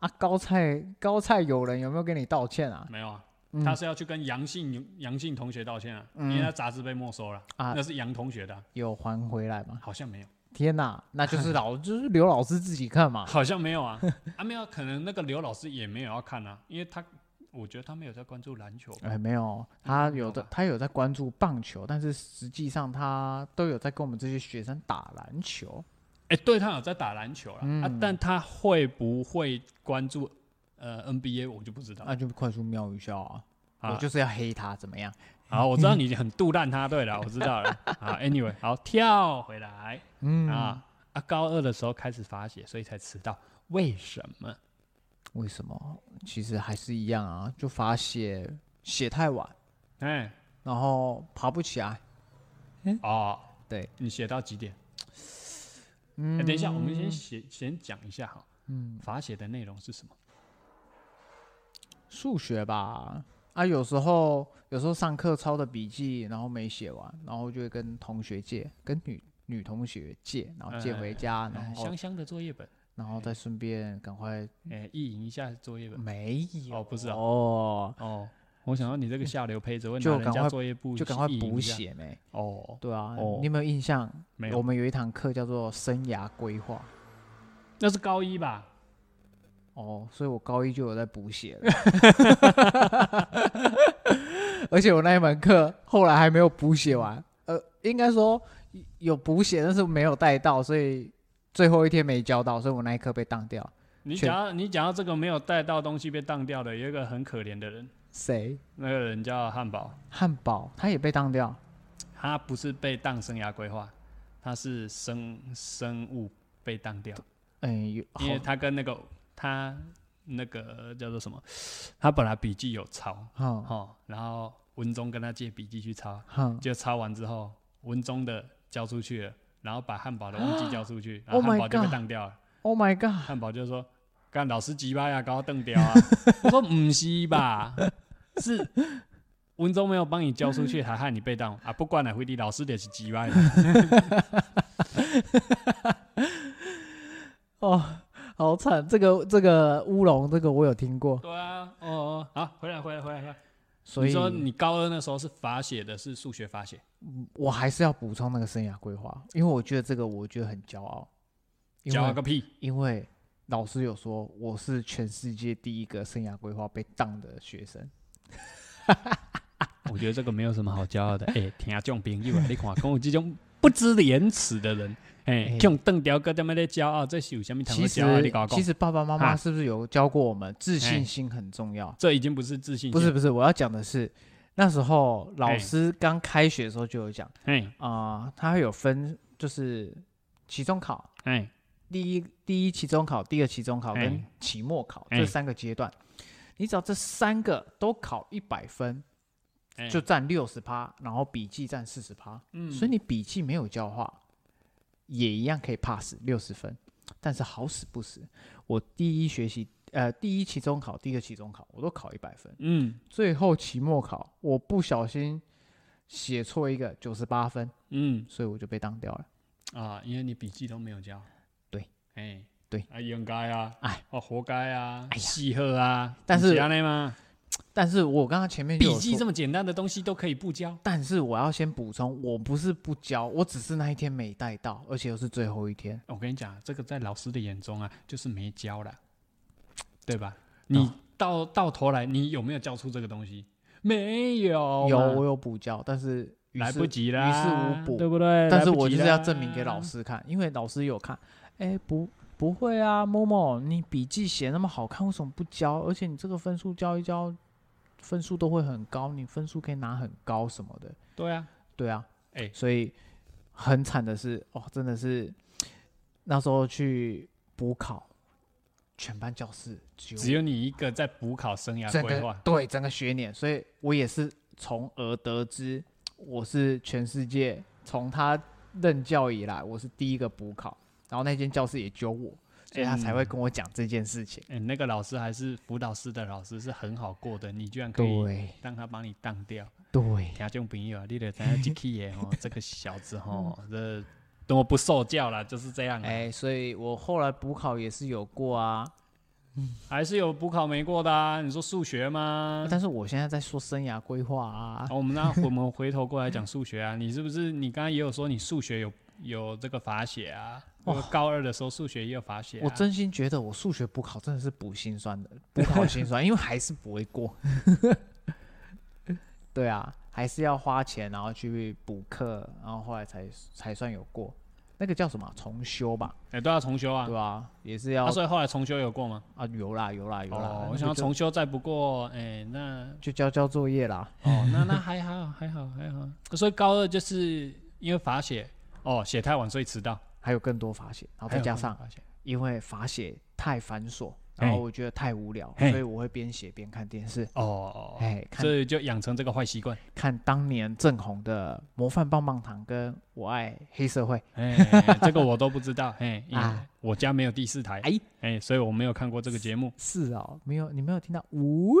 Speaker 3: 啊！高菜高菜有人有没有跟你道歉啊？
Speaker 2: 没有啊。
Speaker 3: 嗯
Speaker 2: 他是要去跟杨姓杨姓同学道歉啊，
Speaker 3: 嗯
Speaker 2: 因为他杂志被没收了，
Speaker 3: 啊
Speaker 2: 那是杨同学的啊、
Speaker 3: 有还回来吗？
Speaker 2: 好像没有，
Speaker 3: 天哪，那 就是老就是刘老师自己看嘛。
Speaker 2: 好像没 有啊，啊没有，可能那个刘老师也没有要看啊，因为他我觉得他没有在关注篮球，
Speaker 3: 哎，没有，他有
Speaker 2: 没有
Speaker 3: 的
Speaker 2: 嗯吧
Speaker 3: 他有在关注棒球，但是实际上他都有在跟我们这些学生打篮球。
Speaker 2: 哎、对他有在打篮球啦，啊
Speaker 3: 嗯，
Speaker 2: 但他会不会关注呃 NBA 我就不知道
Speaker 3: 那、就快速瞄一下啊！
Speaker 2: 啊
Speaker 3: 我。就是要黑他，怎么样？
Speaker 2: 好，我知道你很杜烂他，对了，我知道 了。好，anyway，好跳回来
Speaker 3: 嗯，
Speaker 2: 啊啊，高二的时候开始罚写，所以才迟到，为什么？
Speaker 3: 为什么？其实还是一样啊，就罚写写太晚，嗯
Speaker 2: 哎、
Speaker 3: 然后爬不起来。
Speaker 2: 哦，
Speaker 3: 对，
Speaker 2: 你写到几点？
Speaker 3: 嗯
Speaker 2: 欸、等一下，我们先写先讲一下哈，
Speaker 3: 嗯，
Speaker 2: 法写的内容是什么？
Speaker 3: 数学吧，啊，有时候有时候上课抄的笔记，然后没写完，然后就会跟同学借，跟女女同学借，然后借回家，
Speaker 2: 哎
Speaker 3: 然后
Speaker 2: 香香的作业本，
Speaker 3: 然后再顺便赶快
Speaker 2: 哎、意淫一下作业本。
Speaker 3: 没有
Speaker 2: 哦，不是啊，
Speaker 3: 哦，
Speaker 2: 哦，我想到你这个下流胚子会
Speaker 3: 就
Speaker 2: 拿人
Speaker 3: 赶
Speaker 2: 家
Speaker 3: 快
Speaker 2: 作业簿
Speaker 3: 就赶快
Speaker 2: 意淫一
Speaker 3: 补
Speaker 2: 下。
Speaker 3: 写没？
Speaker 2: 哦，
Speaker 3: 对啊，
Speaker 2: 哦
Speaker 3: 你有没有印象？
Speaker 2: 没
Speaker 3: 我
Speaker 2: 有，
Speaker 3: 们有一堂课叫做生涯规划。
Speaker 2: 那是高一吧？
Speaker 3: 哦，所以我高一就有在补写了， 而且我那一门课后来还没有补写完，呃，应该说有补写，但是没有带到，所以最后一天没交到，所以我那一科被当掉。
Speaker 2: 你
Speaker 3: 全
Speaker 2: 讲到你讲到这个没有带到东西被当掉的，有一个很可怜的人，
Speaker 3: 谁？
Speaker 2: 那个人叫汉堡，
Speaker 3: 汉堡，他也被当掉。
Speaker 2: 他不是被当生涯规划，他是生生物被当掉。
Speaker 3: 嗯，有
Speaker 2: 因
Speaker 3: 好
Speaker 2: 为他跟那个他那个叫做什么，他本来笔记有抄，
Speaker 3: 哼
Speaker 2: 哦，然后文中跟他借笔记去抄，
Speaker 3: 哼
Speaker 2: 就抄完之后，文中的交出去了，然后把汉堡的忘记交出去，然
Speaker 3: Oh
Speaker 2: 后
Speaker 3: my
Speaker 2: 汉堡就被
Speaker 3: God
Speaker 2: 当掉了。
Speaker 3: ，Oh my god！
Speaker 2: 汉堡就说：“干老师鸡巴呀，搞我瞪掉啊！”嗯 我说：“唔是吧？是文中没有帮你交出去，还害你被当啊！不管哪回你老师也是鸡歪的。
Speaker 3: 哦，好惨！这个这个乌龙，这个我有听过，
Speaker 2: 对啊，哦哦，好，回来回来回来回来。
Speaker 3: 所以
Speaker 2: 你说你高二那时候是罚写的是数学罚写，
Speaker 3: 我还是要补充那个生涯规划，因为我觉得这个我觉得很骄傲，因
Speaker 2: 骄傲
Speaker 3: 为
Speaker 2: 个屁！
Speaker 3: 因为老师有说我是全世界第一个生涯规划被当的学生，
Speaker 2: 我觉得这个没有什么好骄傲的。哎、听这种朋友啊，你看，跟我这种不知廉耻的人，哎、
Speaker 3: 哎
Speaker 2: 这种邓雕哥他妈的骄傲，这是有什么谈
Speaker 3: 其
Speaker 2: 的
Speaker 3: 实
Speaker 2: 骄傲？你搞搞
Speaker 3: 其，实爸爸妈妈
Speaker 2: 啊
Speaker 3: 是不是有教过我们自
Speaker 2: 哎
Speaker 3: 信心很重要？
Speaker 2: 这已经不是自信心，
Speaker 3: 不是，不是，我要讲的是那时候老
Speaker 2: 哎
Speaker 3: 师刚开学的时候就有讲
Speaker 2: 哎
Speaker 3: 啊、他会有分就是期中考，
Speaker 2: 哎
Speaker 3: 第一第一期中考、第二期中考跟
Speaker 2: 哎
Speaker 3: 期末考、
Speaker 2: 哎
Speaker 3: 这三个阶段，你只要这三个都考一百分，
Speaker 2: 哎，
Speaker 3: 就占六十趴，然后笔记占四十趴，
Speaker 2: 嗯
Speaker 3: 所以你笔记没有教化，也一样可以 pass 六十分。但是好死不死，我第一学期呃第一期中考、第二期中考我都考一百分，
Speaker 2: 嗯
Speaker 3: 最后期末考我不小心写错一个九十八分，
Speaker 2: 嗯
Speaker 3: 所以我就被当掉了。
Speaker 2: 啊，因为你笔记都没有交，
Speaker 3: 对，
Speaker 2: 哎、
Speaker 3: 对
Speaker 2: 啊应该啊，
Speaker 3: 哎
Speaker 2: 哎，哦活该啊，
Speaker 3: 哎呀
Speaker 2: 戏鹤啊，
Speaker 3: 但是
Speaker 2: 安内吗？
Speaker 3: 但是我刚刚前面就有
Speaker 2: 笔记
Speaker 3: 说
Speaker 2: 这么简单的东西都可以不交，
Speaker 3: 但是我要先补充，我不是不教，我只是那一天没带到，而且又是最后一天。
Speaker 2: 我跟你讲，啊这个在老师的眼中啊，就是没教啦，对吧？
Speaker 3: 嗯
Speaker 2: 你到、到头来，你有没有教出这个东西？没有嘛，
Speaker 3: 有我有补教，但是于
Speaker 2: 哦来
Speaker 3: 事
Speaker 2: 不及啦，
Speaker 3: 于事无补
Speaker 2: 对不对？
Speaker 3: 但是
Speaker 2: 来不
Speaker 3: 我
Speaker 2: 及啊
Speaker 3: 就是要
Speaker 2: 啦
Speaker 3: 证明给老。师看，因为老师有看，哎、不不会啊，某某，你笔记写那么好看，为什么不交？而且你这个分数交一交，分数都会很高，你分数可以拿很高什么的。
Speaker 2: 对啊，
Speaker 3: 对啊，
Speaker 2: 哎
Speaker 3: 所以很惨的是，哦，真的是那时候去补考，全班教室只有
Speaker 2: 只有你一个在补考生涯
Speaker 3: 整
Speaker 2: 规
Speaker 3: 个
Speaker 2: 划，
Speaker 3: 对整个学年，所以我也是从而得知，我是全世界从他任教以来，我是第一个补考，然后那间教室也揪我，所以他才会跟我讲这件事情。
Speaker 2: 哎、那个老师还是辅导师的老师，是很好过的，你居然可以
Speaker 3: 对
Speaker 2: 让他帮你当掉。
Speaker 3: 对，
Speaker 2: 听众朋友啊，你得知道这起耶哦，这个小子 哦，
Speaker 3: 嗯
Speaker 2: 这多不受教啦，就是这样啦。啊
Speaker 3: 哎，所以我后来补考也是有过啊，
Speaker 2: 还是有补考没过的啊？你说数学吗？
Speaker 3: 但是我现在在说生涯规划啊
Speaker 2: 好，，我 们那我们回头过来讲数学啊，你是不是你刚刚也有说你数学有有这个法写啊？
Speaker 3: 哇
Speaker 2: 我高二的时候数学也有法写、啊，
Speaker 3: 我真心觉得我数学补考真的是补心酸的，补考心 酸，因为还是不会过。 对啊，还是要花钱，然后去补课，然后后来才才算有过。那个叫什么啊重修吧，
Speaker 2: 哎、都要重修啊
Speaker 3: 对。吧、也是要
Speaker 2: 那、所以后来重修有过吗？
Speaker 3: 啊，有啦有啦有啦。
Speaker 2: 哦
Speaker 3: 那，
Speaker 2: 我
Speaker 3: 个
Speaker 2: 想要
Speaker 3: 就
Speaker 2: 重修再不过，哎、那
Speaker 3: 就交交作业啦。
Speaker 2: 哦， 那那还好，还好，还好。所以高二就是因为法写，哦，写太晚所以迟到，
Speaker 3: 还有更多罚写，然后再
Speaker 2: 还有
Speaker 3: 加
Speaker 2: 更
Speaker 3: 上
Speaker 2: 法写
Speaker 3: 因为罚写太繁琐，
Speaker 2: 嘿
Speaker 3: 然后我觉得太无聊，
Speaker 2: 嘿
Speaker 3: 所以我会边写边看电视。
Speaker 2: 哦，
Speaker 3: 哎，看
Speaker 2: 所以就养成这个坏习惯。
Speaker 3: 看当年正红的《模范棒棒糖》跟《我爱黑社会》。
Speaker 2: 哎，这个我都不 知道，哎，因为
Speaker 3: 啊
Speaker 2: 我家没有第四台，
Speaker 3: 哎
Speaker 2: 哎，哎，所以我没有看过这个节目，
Speaker 3: 是哦，没有，你没有听到呜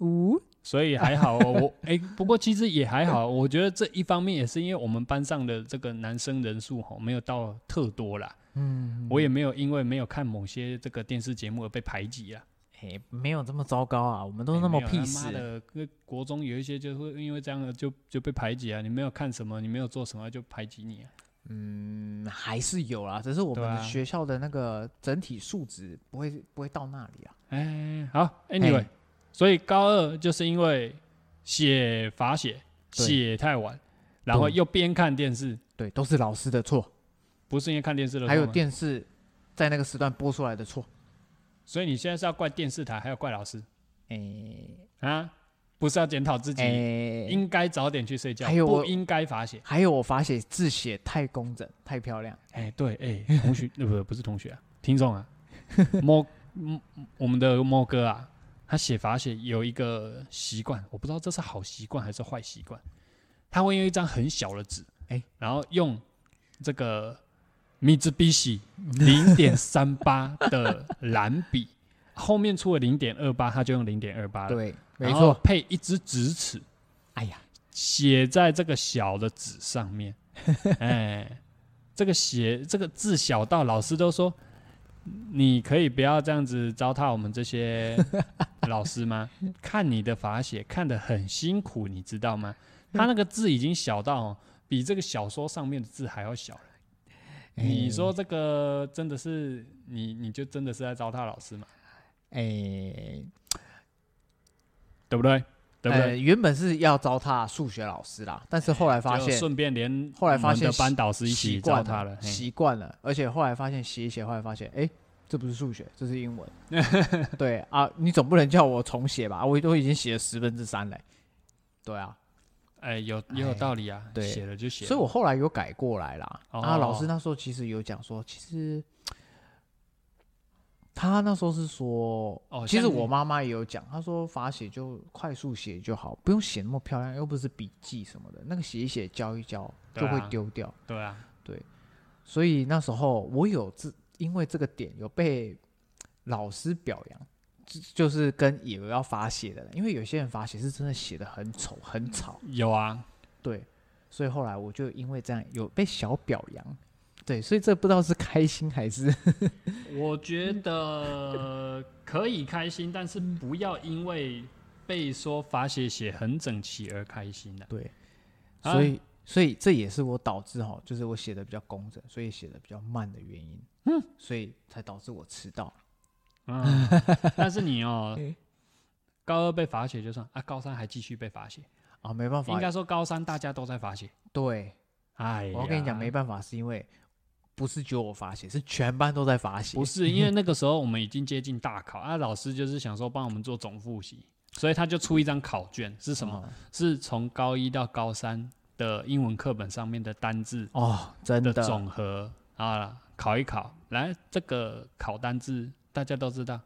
Speaker 3: 呜
Speaker 2: 所以还好哦，我哎，不过其实也还好，我觉得这一方面也是因为我们班上的这个男生人数吼没有到特多啦，嗯，我也没有因为没有看某些这个电视节目而被排挤啊，
Speaker 3: 哎、没有这么糟糕啊，我们都那么
Speaker 2: 哎没有
Speaker 3: peace
Speaker 2: 他妈的，跟国中有一些就会因为这样的就就被排挤啊，你没有看什么，你没有做什么就排挤你啊，
Speaker 3: 嗯，还是有啦，只是我们
Speaker 2: 对
Speaker 3: 的
Speaker 2: 啊
Speaker 3: 学校的那个整体素质不
Speaker 2: 嗯
Speaker 3: 会不会到那里啊。
Speaker 2: 哎，好，Anyway，
Speaker 3: 哎
Speaker 2: 所以高二就是因为写罚写
Speaker 3: 对
Speaker 2: 写太晚，然后
Speaker 3: 对
Speaker 2: 又边看电视，
Speaker 3: 对，都是老师的错，
Speaker 2: 不是因为看电视的，
Speaker 3: 还有，电视在那个时段播出来的错。
Speaker 2: 所以你现在是要怪电视台，还要怪老师
Speaker 3: 哎、
Speaker 2: 啊？不是要检讨自己，
Speaker 3: 哎、
Speaker 2: 应该早点去睡觉
Speaker 3: 还，有我
Speaker 2: 不应该罚写。
Speaker 3: 还有我罚写字写太工整，太漂亮。
Speaker 2: 哎，对，哎， 同学，呃不不是同学啊，听众啊， 猫，嗯我们的猫哥啊，他写罚写有一个习惯，我不知道这是好习惯还是坏习惯，他会用一张很小的纸，
Speaker 3: 哎
Speaker 2: 然后用这个 Mitsubishi 零点三八的蓝笔，后面出了零点二八，他就用零点二八了，
Speaker 3: 对，没
Speaker 2: 啊然后
Speaker 3: 错，
Speaker 2: 配一支直尺，
Speaker 3: 哎呀，
Speaker 2: 写在这个小的纸上面， 哎，这个写这个字小到老师都说，你可以不要这样子糟蹋我们这些老师吗？ 看你的罚写看得很辛苦，你知道吗？他那个字已经小到、哦、比这个小说上面的字还要小了。
Speaker 3: 哎
Speaker 2: 你说这个真的是你，你就真的是在糟蹋老师嘛？
Speaker 3: 哎、
Speaker 2: 对不对？对不对？
Speaker 3: 呃，原本是要糟蹋数学老师啦，但是后来发
Speaker 2: 就
Speaker 3: 现
Speaker 2: 顺便连
Speaker 3: 后来发
Speaker 2: 我们
Speaker 3: 现
Speaker 2: 的班导师一
Speaker 3: 习
Speaker 2: 起
Speaker 3: 惯
Speaker 2: 糟蹋了，嘿
Speaker 3: 习惯了，而且后来发现写一写，后来发现，哎、这不是数学，这是英文。 对啊，你总不能叫我重写吧？我都已经写了十分之三嘞。对啊，
Speaker 2: 哎，有也有
Speaker 3: 哎
Speaker 2: 道理啊，
Speaker 3: 对
Speaker 2: 写了就写了。
Speaker 3: 所以我后来有改过来啦。
Speaker 2: 哦
Speaker 3: 啊，老师那时候其实有讲说，其实他那时候是说，
Speaker 2: 哦
Speaker 3: 其实
Speaker 2: 像你
Speaker 3: 我妈妈也有讲，她说法写就快速写就好，不用写那么漂亮，又不是笔记什么的，那个写一写教一教
Speaker 2: 对
Speaker 3: 就
Speaker 2: 啊
Speaker 3: 会丢掉。
Speaker 2: 对啊，
Speaker 3: 所以那时候我有这，因为这个点有被老师表扬，就就是跟也有要罚写的人，因为有些人罚写是真的写的很丑很吵，
Speaker 2: 有啊，
Speaker 3: 对，所以后来我就因为这样有被小表扬，对，所以这不知道是开心还 是。
Speaker 2: 我觉得可以开心，但是不要因为被说罚写写很整齐而开心的
Speaker 3: 对，
Speaker 2: 啊
Speaker 3: 所以、所以这也是我导致哈，就是我写的比较工整，所以写的比较慢的原因，嗯，所以才导致我迟到，
Speaker 2: 嗯，但是你 哦
Speaker 3: 诶，
Speaker 2: 高二被罚写就算啊，高三还继续被罚写，
Speaker 3: 啊，没办法，
Speaker 2: 应该说高三大家都在罚写。
Speaker 3: 对，
Speaker 2: 哎呀，
Speaker 3: 我跟你讲，没办法，是因为不是只有我罚写，是全班都在罚写
Speaker 2: 不。是，因为那个时候我们已经接近大考，啊，老师就是想说帮我们做总复习，所以他就出一张考卷，是什
Speaker 3: 哦
Speaker 2: 么？是从高一到高三的英文课本上面的单字
Speaker 3: 哦，真
Speaker 2: 的
Speaker 3: 的，
Speaker 2: 总和啊，考一考。来，这个考单字大家都知道，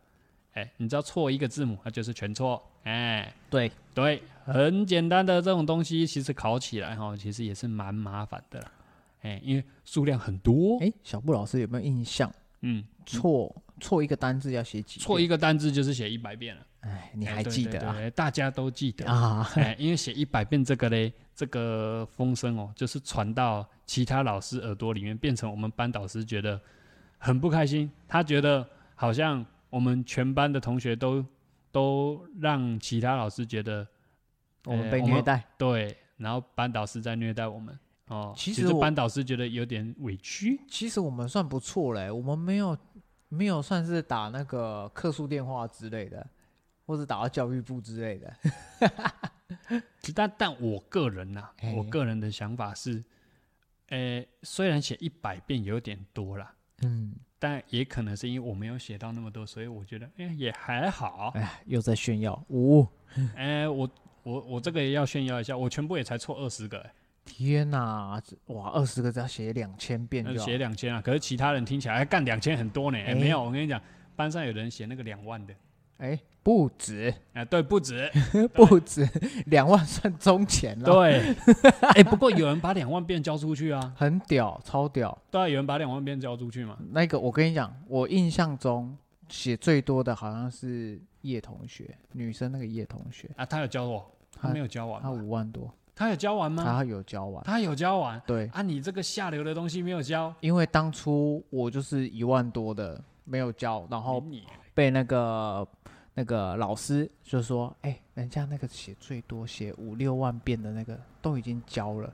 Speaker 2: 哎、你知道错一个字母，那就是全错，哎、
Speaker 3: 对，
Speaker 2: 对，很简单的这种东西，其实考起来哈，其实也是蛮麻烦的啦，哎、因为数量很多，
Speaker 3: 哎，小布老师有没有印象？
Speaker 2: 嗯，
Speaker 3: 错错一个单字要写几？
Speaker 2: 错，一个单字就是写一百遍了。
Speaker 3: 哎，你
Speaker 2: 哎
Speaker 3: 还
Speaker 2: 对
Speaker 3: 记
Speaker 2: 对
Speaker 3: 得啊？
Speaker 2: 对大家都记得。
Speaker 3: 啊，
Speaker 2: 哎，因为写一百遍这个嘞，这个风声哦，就是传到其他老师耳朵里面，变成我们班导师觉得很不开心。他觉得好像我们全班的同学都都让其他老师觉得
Speaker 3: 我们
Speaker 2: 哎
Speaker 3: 被
Speaker 2: 我们
Speaker 3: 虐待。
Speaker 2: 对，然后班导师在虐待我们哦。
Speaker 3: 其
Speaker 2: 其
Speaker 3: 实我
Speaker 2: 班导师觉得有点委屈，
Speaker 3: 其实我们算不错嘞，我们没有没有算是打那个客诉电话之类的，或者打到教育部之类的。
Speaker 2: 但但我个人呐、
Speaker 3: 哎
Speaker 2: 我个人的想法是，呃，虽然写一百遍有点多啦。
Speaker 3: 嗯，
Speaker 2: 但也可能是因为我没有写到那么多，所以我觉得，哎、也还好。
Speaker 3: 哎，又在炫耀。五、
Speaker 2: 哎、我我我这个也要炫耀一下，我全部也才错二十个、哎
Speaker 3: 天哪，这哇，二十个字要写两千遍
Speaker 2: 那
Speaker 3: 就好
Speaker 2: 写两千啊。可是其他人听起来哎干两千很多呢、哎
Speaker 3: 哎
Speaker 2: 没有，我跟你讲，班上有人写那个两万的，
Speaker 3: 哎，不止，
Speaker 2: 哎、对，不止，
Speaker 3: 不止两万算中钱了，
Speaker 2: 对。哎、不过有人把两万遍交出去啊，
Speaker 3: 很屌，超屌。
Speaker 2: 对啊，有人把两万遍交出去嘛。
Speaker 3: 那个我跟你讲，我印象中写最多的好像是叶同学，女生那个叶同学，
Speaker 2: 啊，他有教我，
Speaker 3: 他
Speaker 2: 他没有教完
Speaker 3: 她
Speaker 2: 吗，
Speaker 3: 五万多，
Speaker 2: 他有教完吗？
Speaker 3: 她有教完，
Speaker 2: 他有教完
Speaker 3: 对，
Speaker 2: 啊，你这个下流的东西没有教，
Speaker 3: 因为当初我就是一万多的没有交，然后
Speaker 2: 你
Speaker 3: 被那个那个老师就说，哎、人家那个写最多写五六万遍的那个都已经交了，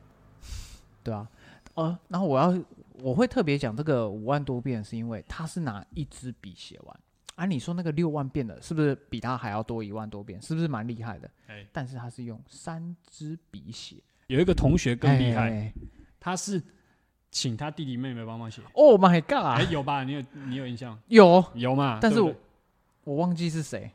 Speaker 3: 对啊，呃，然后我要我会特别讲这个五万多遍，是因为他是拿一支笔写完，啊，你说那个六万遍的，是不是比他还要多一万多遍？是不是蛮厉害的？
Speaker 2: 哎、
Speaker 3: 但是他是用三支笔写，
Speaker 2: 有一个同学更厉害，
Speaker 3: 哎
Speaker 2: 他是请他弟弟妹妹帮忙写。
Speaker 3: Oh my
Speaker 2: 哎、
Speaker 3: god！
Speaker 2: 有吧？你有你有印象？
Speaker 3: 有，
Speaker 2: 有嘛？
Speaker 3: 但是
Speaker 2: 对不
Speaker 3: 我我忘记是谁，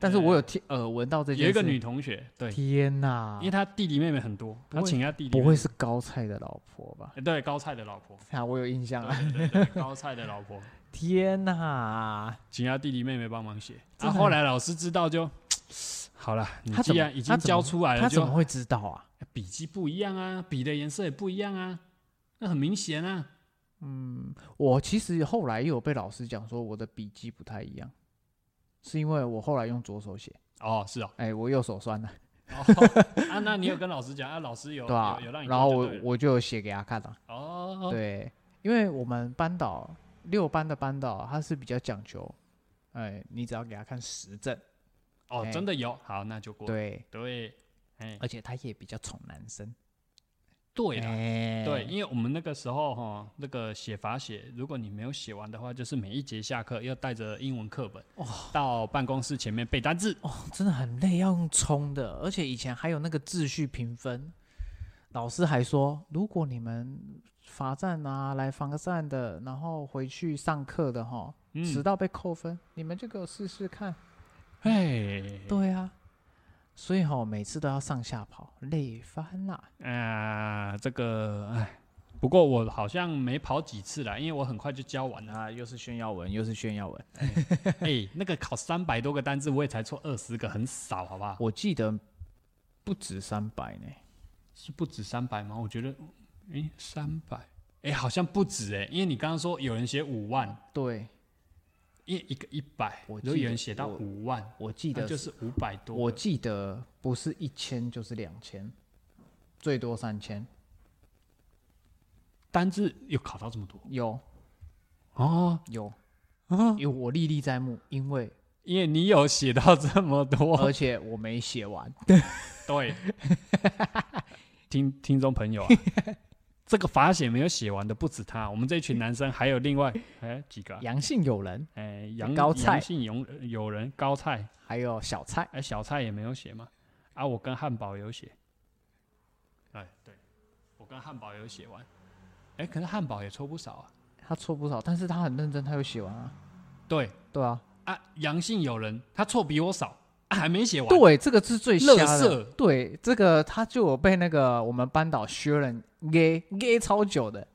Speaker 3: 但是我有听耳闻到这
Speaker 2: 对
Speaker 3: 件事。
Speaker 2: 有一个女同学，对，
Speaker 3: 天哪！
Speaker 2: 因为她弟弟妹妹很多，
Speaker 3: 不
Speaker 2: 她
Speaker 3: 会
Speaker 2: 请她弟弟妹
Speaker 3: 不
Speaker 2: 妹
Speaker 3: 会是高菜的老婆吧？
Speaker 2: 哎对高菜的老 婆，
Speaker 3: 啊，我有印象啊！
Speaker 2: 对对对，高菜的老婆
Speaker 3: 天哪，
Speaker 2: 请她弟弟妹妹帮忙写。
Speaker 3: 真
Speaker 2: 然
Speaker 3: 的
Speaker 2: 后后来老师知道就，好了，你
Speaker 3: 他怎
Speaker 2: 既
Speaker 3: 么
Speaker 2: 然已
Speaker 3: 他怎
Speaker 2: 经
Speaker 3: 么
Speaker 2: 交出来
Speaker 3: 他
Speaker 2: 了，
Speaker 3: 怎
Speaker 2: 就
Speaker 3: 么会知道啊？
Speaker 2: 哎笔记不一样啊，笔的颜色也不一样啊，那很明显啊。
Speaker 3: 我其实后来也有被老师讲说我的笔记不太一样，是因为我后来用左手写，
Speaker 2: 哦，是哦，
Speaker 3: 哎，我右手酸了，哦
Speaker 2: 哦 啊，那你有跟老师讲啊？老师有
Speaker 3: 对吧
Speaker 2: 有有让你？
Speaker 3: 然后我我就有写给他看了、
Speaker 2: 哦，
Speaker 3: 对，因为我们班导六班的班导他是比较讲究，哎，你只要给他看实证，
Speaker 2: 哦，
Speaker 3: 哎
Speaker 2: 真的有，好，那就过。
Speaker 3: 对，
Speaker 2: 对，哎，
Speaker 3: 而且他也比较宠男生，
Speaker 2: 对啦，
Speaker 3: 哎
Speaker 2: 对，因为我们那个时候哈，那个写罚写，如果你没有写完的话，就是每一节下课要带着英文课本到办公室前面背单字。
Speaker 3: 哦，真的很累，要用冲的，而且以前还有那个秩序评分，老师还说，如果你们罚站啊，来罚站的，然后回去上课的哈，迟
Speaker 2: 嗯，
Speaker 3: 到被扣分，你们就给我试试看。
Speaker 2: 嘿，
Speaker 3: 对啊，所以哈、每次都要上下跑，累翻啦。
Speaker 2: 啊，这个，哎，不过我好像没跑几次啦，因为我很快就教完 了。
Speaker 3: 啊，又是炫耀文，又是炫耀文。
Speaker 2: 哎，那个考三百多个单字，我也才错二十个，很少，好不好？
Speaker 3: 我记得不止三百呢。
Speaker 2: 是不止三百吗？我觉得，哎，三百，哎，好像不止哎，因为你刚刚说有人写五万，
Speaker 3: 对，
Speaker 2: 因为一个一百，
Speaker 3: 我
Speaker 2: 然后
Speaker 3: 记得
Speaker 2: 有人写到
Speaker 3: 我
Speaker 2: 五万，
Speaker 3: 我记
Speaker 2: 那
Speaker 3: 得
Speaker 2: 就是是五百多个。
Speaker 3: 我记得不是一千就是两千，最多三千。
Speaker 2: 单字有考到这么多
Speaker 3: 有
Speaker 2: 哦，
Speaker 3: 有，因为我历历在目，因为
Speaker 2: 因为你有写到这么多，
Speaker 3: 而且我没写完。
Speaker 2: 对，听听众朋友啊，这个罚写没有写完的不止他，我们这一群男生还有另外哎几个啊，
Speaker 3: 阳性友人，
Speaker 2: 哎杨
Speaker 3: 高菜
Speaker 2: 杨姓友友人高菜，
Speaker 3: 还有小蔡，
Speaker 2: 哎小菜也没有写嘛，啊我跟汉堡有写，哎对，我跟汉堡有写完，哎可是汉堡也抽不少啊，
Speaker 3: 他错不少，但是他很认真，他有写完啊。
Speaker 2: 对
Speaker 3: 对啊，
Speaker 2: 啊杨姓友人他错比我少，啊还没写完，
Speaker 3: 对，这个是最瞎
Speaker 2: 垃
Speaker 3: 的。
Speaker 2: 圾
Speaker 3: 对，这个他就有被那个我们班导削人 gay gay 超久的。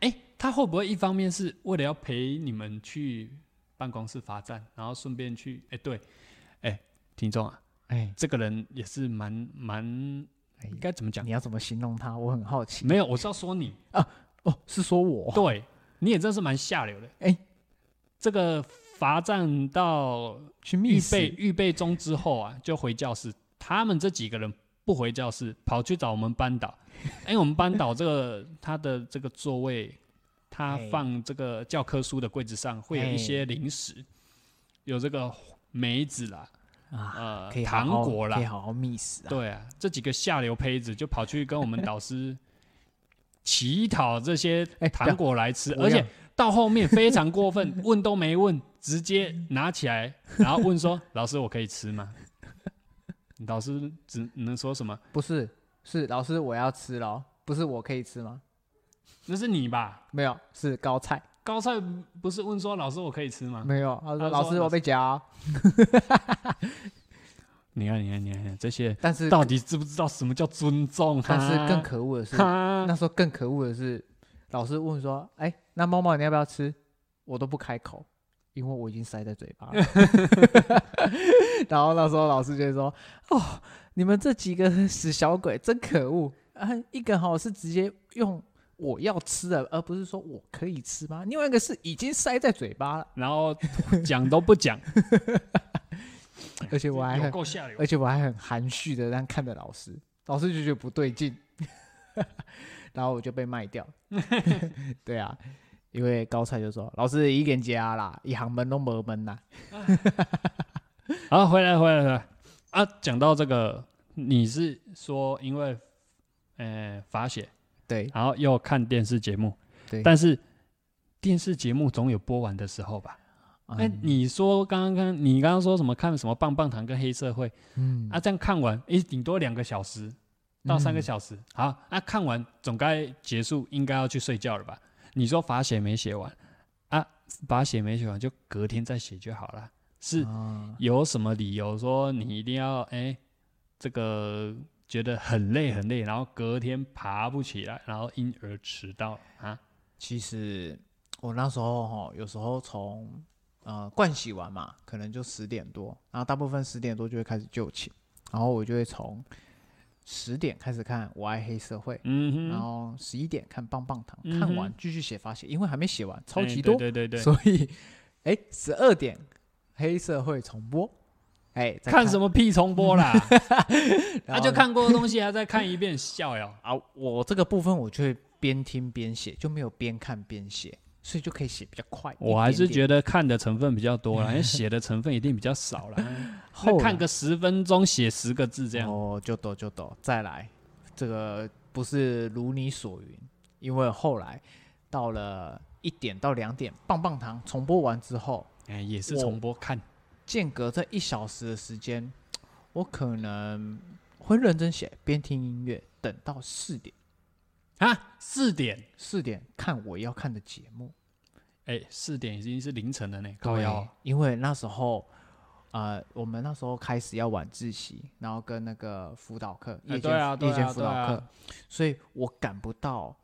Speaker 2: 哎、他会不会一方面是为了要陪你们去办公室罚站，然后顺便去？哎、对，哎、听众啊，
Speaker 3: 哎，
Speaker 2: 这个人也是蛮蛮，
Speaker 3: 哎
Speaker 2: 应该怎么讲
Speaker 3: 你？要怎么形容他？我很好奇。
Speaker 2: 没有，我是要说你，
Speaker 3: 哦，是说我
Speaker 2: 对，你也真是蛮下流的。
Speaker 3: 哎
Speaker 2: 这个罚站到
Speaker 3: 去
Speaker 2: 预
Speaker 3: 密室
Speaker 2: 备预备中之后啊，就回教室。他们这几个人不回教室，跑去找我们 班导。哎、我们班导这个他的这个座位，他
Speaker 3: 嘿
Speaker 2: 放这个教科书的柜子上会有一
Speaker 3: 嘿
Speaker 2: 些零
Speaker 3: 哎
Speaker 2: 食，有这个梅子啦，
Speaker 3: 啊，
Speaker 2: 呃
Speaker 3: 可以，好
Speaker 2: 糖
Speaker 3: 好
Speaker 2: 果
Speaker 3: 可以
Speaker 2: 啦，
Speaker 3: 好好密室啊。
Speaker 2: 对啊，这几个下流胚子就跑去跟我们导 师乞讨这些
Speaker 3: 哎
Speaker 2: 糖果来吃，
Speaker 3: 不要
Speaker 2: 而且到后面非常过分， 问都没问，直接拿起来，然后问说：“ 老师，我可以吃吗？”老师只能说什么？
Speaker 3: 不是，是老师我要吃咯，不是我可以吃吗？
Speaker 2: 那是你吧？
Speaker 3: 没有，是高菜。
Speaker 2: 高菜不是问说：“老师，我可以吃吗
Speaker 3: 没有，他
Speaker 2: 啊他
Speaker 3: 说
Speaker 2: 说
Speaker 3: 老师
Speaker 2: 老
Speaker 3: 我被夹哦，？”
Speaker 2: 你看，你看，你看你看，这些
Speaker 3: 但是
Speaker 2: 到底知不知道什么叫尊重啊？
Speaker 3: 但是更可恶的是，
Speaker 2: 哈
Speaker 3: 那时候更可恶的是，老师问说，哎，那猫猫你要不要吃？我都不开口，因为我已经塞在嘴巴了。 然后那时候老师就会说，哦，你们这几个死小鬼真可恶啊！一个哈、是直接用我要吃的，而不是说我可以吃吗？另外一个是已经塞在嘴巴了，
Speaker 2: 然后讲都不 讲，
Speaker 3: 而且我还
Speaker 2: 有
Speaker 3: 很
Speaker 2: 够下流
Speaker 3: 而。且我还很含蓄的让看着老师， 老师就觉得不对劲， 然后我就被卖掉。 对啊，因为高菜就说老师一点加啦，一行门都没门啦。
Speaker 2: 好，回来，回来，回来。啊，讲到这个，你是说因为，呃，罚写，
Speaker 3: 对
Speaker 2: 然后又看电视节目，
Speaker 3: 对，
Speaker 2: 但是电视节目总有播完的时候吧？哎、
Speaker 3: 嗯
Speaker 2: 你说刚刚你刚刚说什么看什么棒棒糖跟黑社会
Speaker 3: 嗯
Speaker 2: 啊？这样看完，哎，顶多两个小时到三个小
Speaker 3: 嗯
Speaker 2: 时。好，那、看完总该结束，应该要去睡觉了吧？你说罚写没写完啊？罚写没写完就隔天再写就好了，是。
Speaker 3: 啊
Speaker 2: 有什么理由说你一定要哎、这个觉得很累很累，然后隔天爬不起来，然后因而迟到啊？
Speaker 3: 其实我那时候哈，有时候从呃盥洗完嘛，可能就十点多，然后大部分十点多就会开始就寝，然后我就会从十点开始看《我爱黑社会》。
Speaker 2: 嗯
Speaker 3: 然
Speaker 2: 哼，
Speaker 3: 后十一点看棒棒糖，
Speaker 2: 嗯
Speaker 3: 看
Speaker 2: 哼
Speaker 3: 完继续写发写，因为还没写完，超
Speaker 2: 哎
Speaker 3: 级多，
Speaker 2: 对对对对，
Speaker 3: 所以哎，十二点黑社会重播，哎，再
Speaker 2: 看什么屁重 播啦？他、
Speaker 3: 然后
Speaker 2: 啊就看过的东西还再看一遍，笑呀！
Speaker 3: 啊，我这个部分我就会边听边写，就没有边看边写，所以就可以写比较快一点点。
Speaker 2: 我还是觉得看的成分比较多 啦，因为写的成分一定比较少啦。那
Speaker 3: 后来
Speaker 2: 看个十分钟，写十个字这样。
Speaker 3: 哦，就抖就抖，再来，这个不是如你所云，因为后来到了一点到两点，棒棒糖重播完之后，
Speaker 2: 哎、也是重播看，
Speaker 3: 间隔这一小时的时间，我可能会认真写，边听音乐，等到四点，
Speaker 2: 啊，四点，
Speaker 3: 四点看我要看的节目。
Speaker 2: 哎、四点已经是凌晨了呢，哦靠腰
Speaker 3: 对，因为那时候。呃，我们那时候开始要晚自习，然后跟那个辅导课、
Speaker 2: 哎
Speaker 3: 夜间、
Speaker 2: 对啊对
Speaker 3: 夜间
Speaker 2: 啊
Speaker 3: 辅导
Speaker 2: 对啊
Speaker 3: 课，所以我赶不到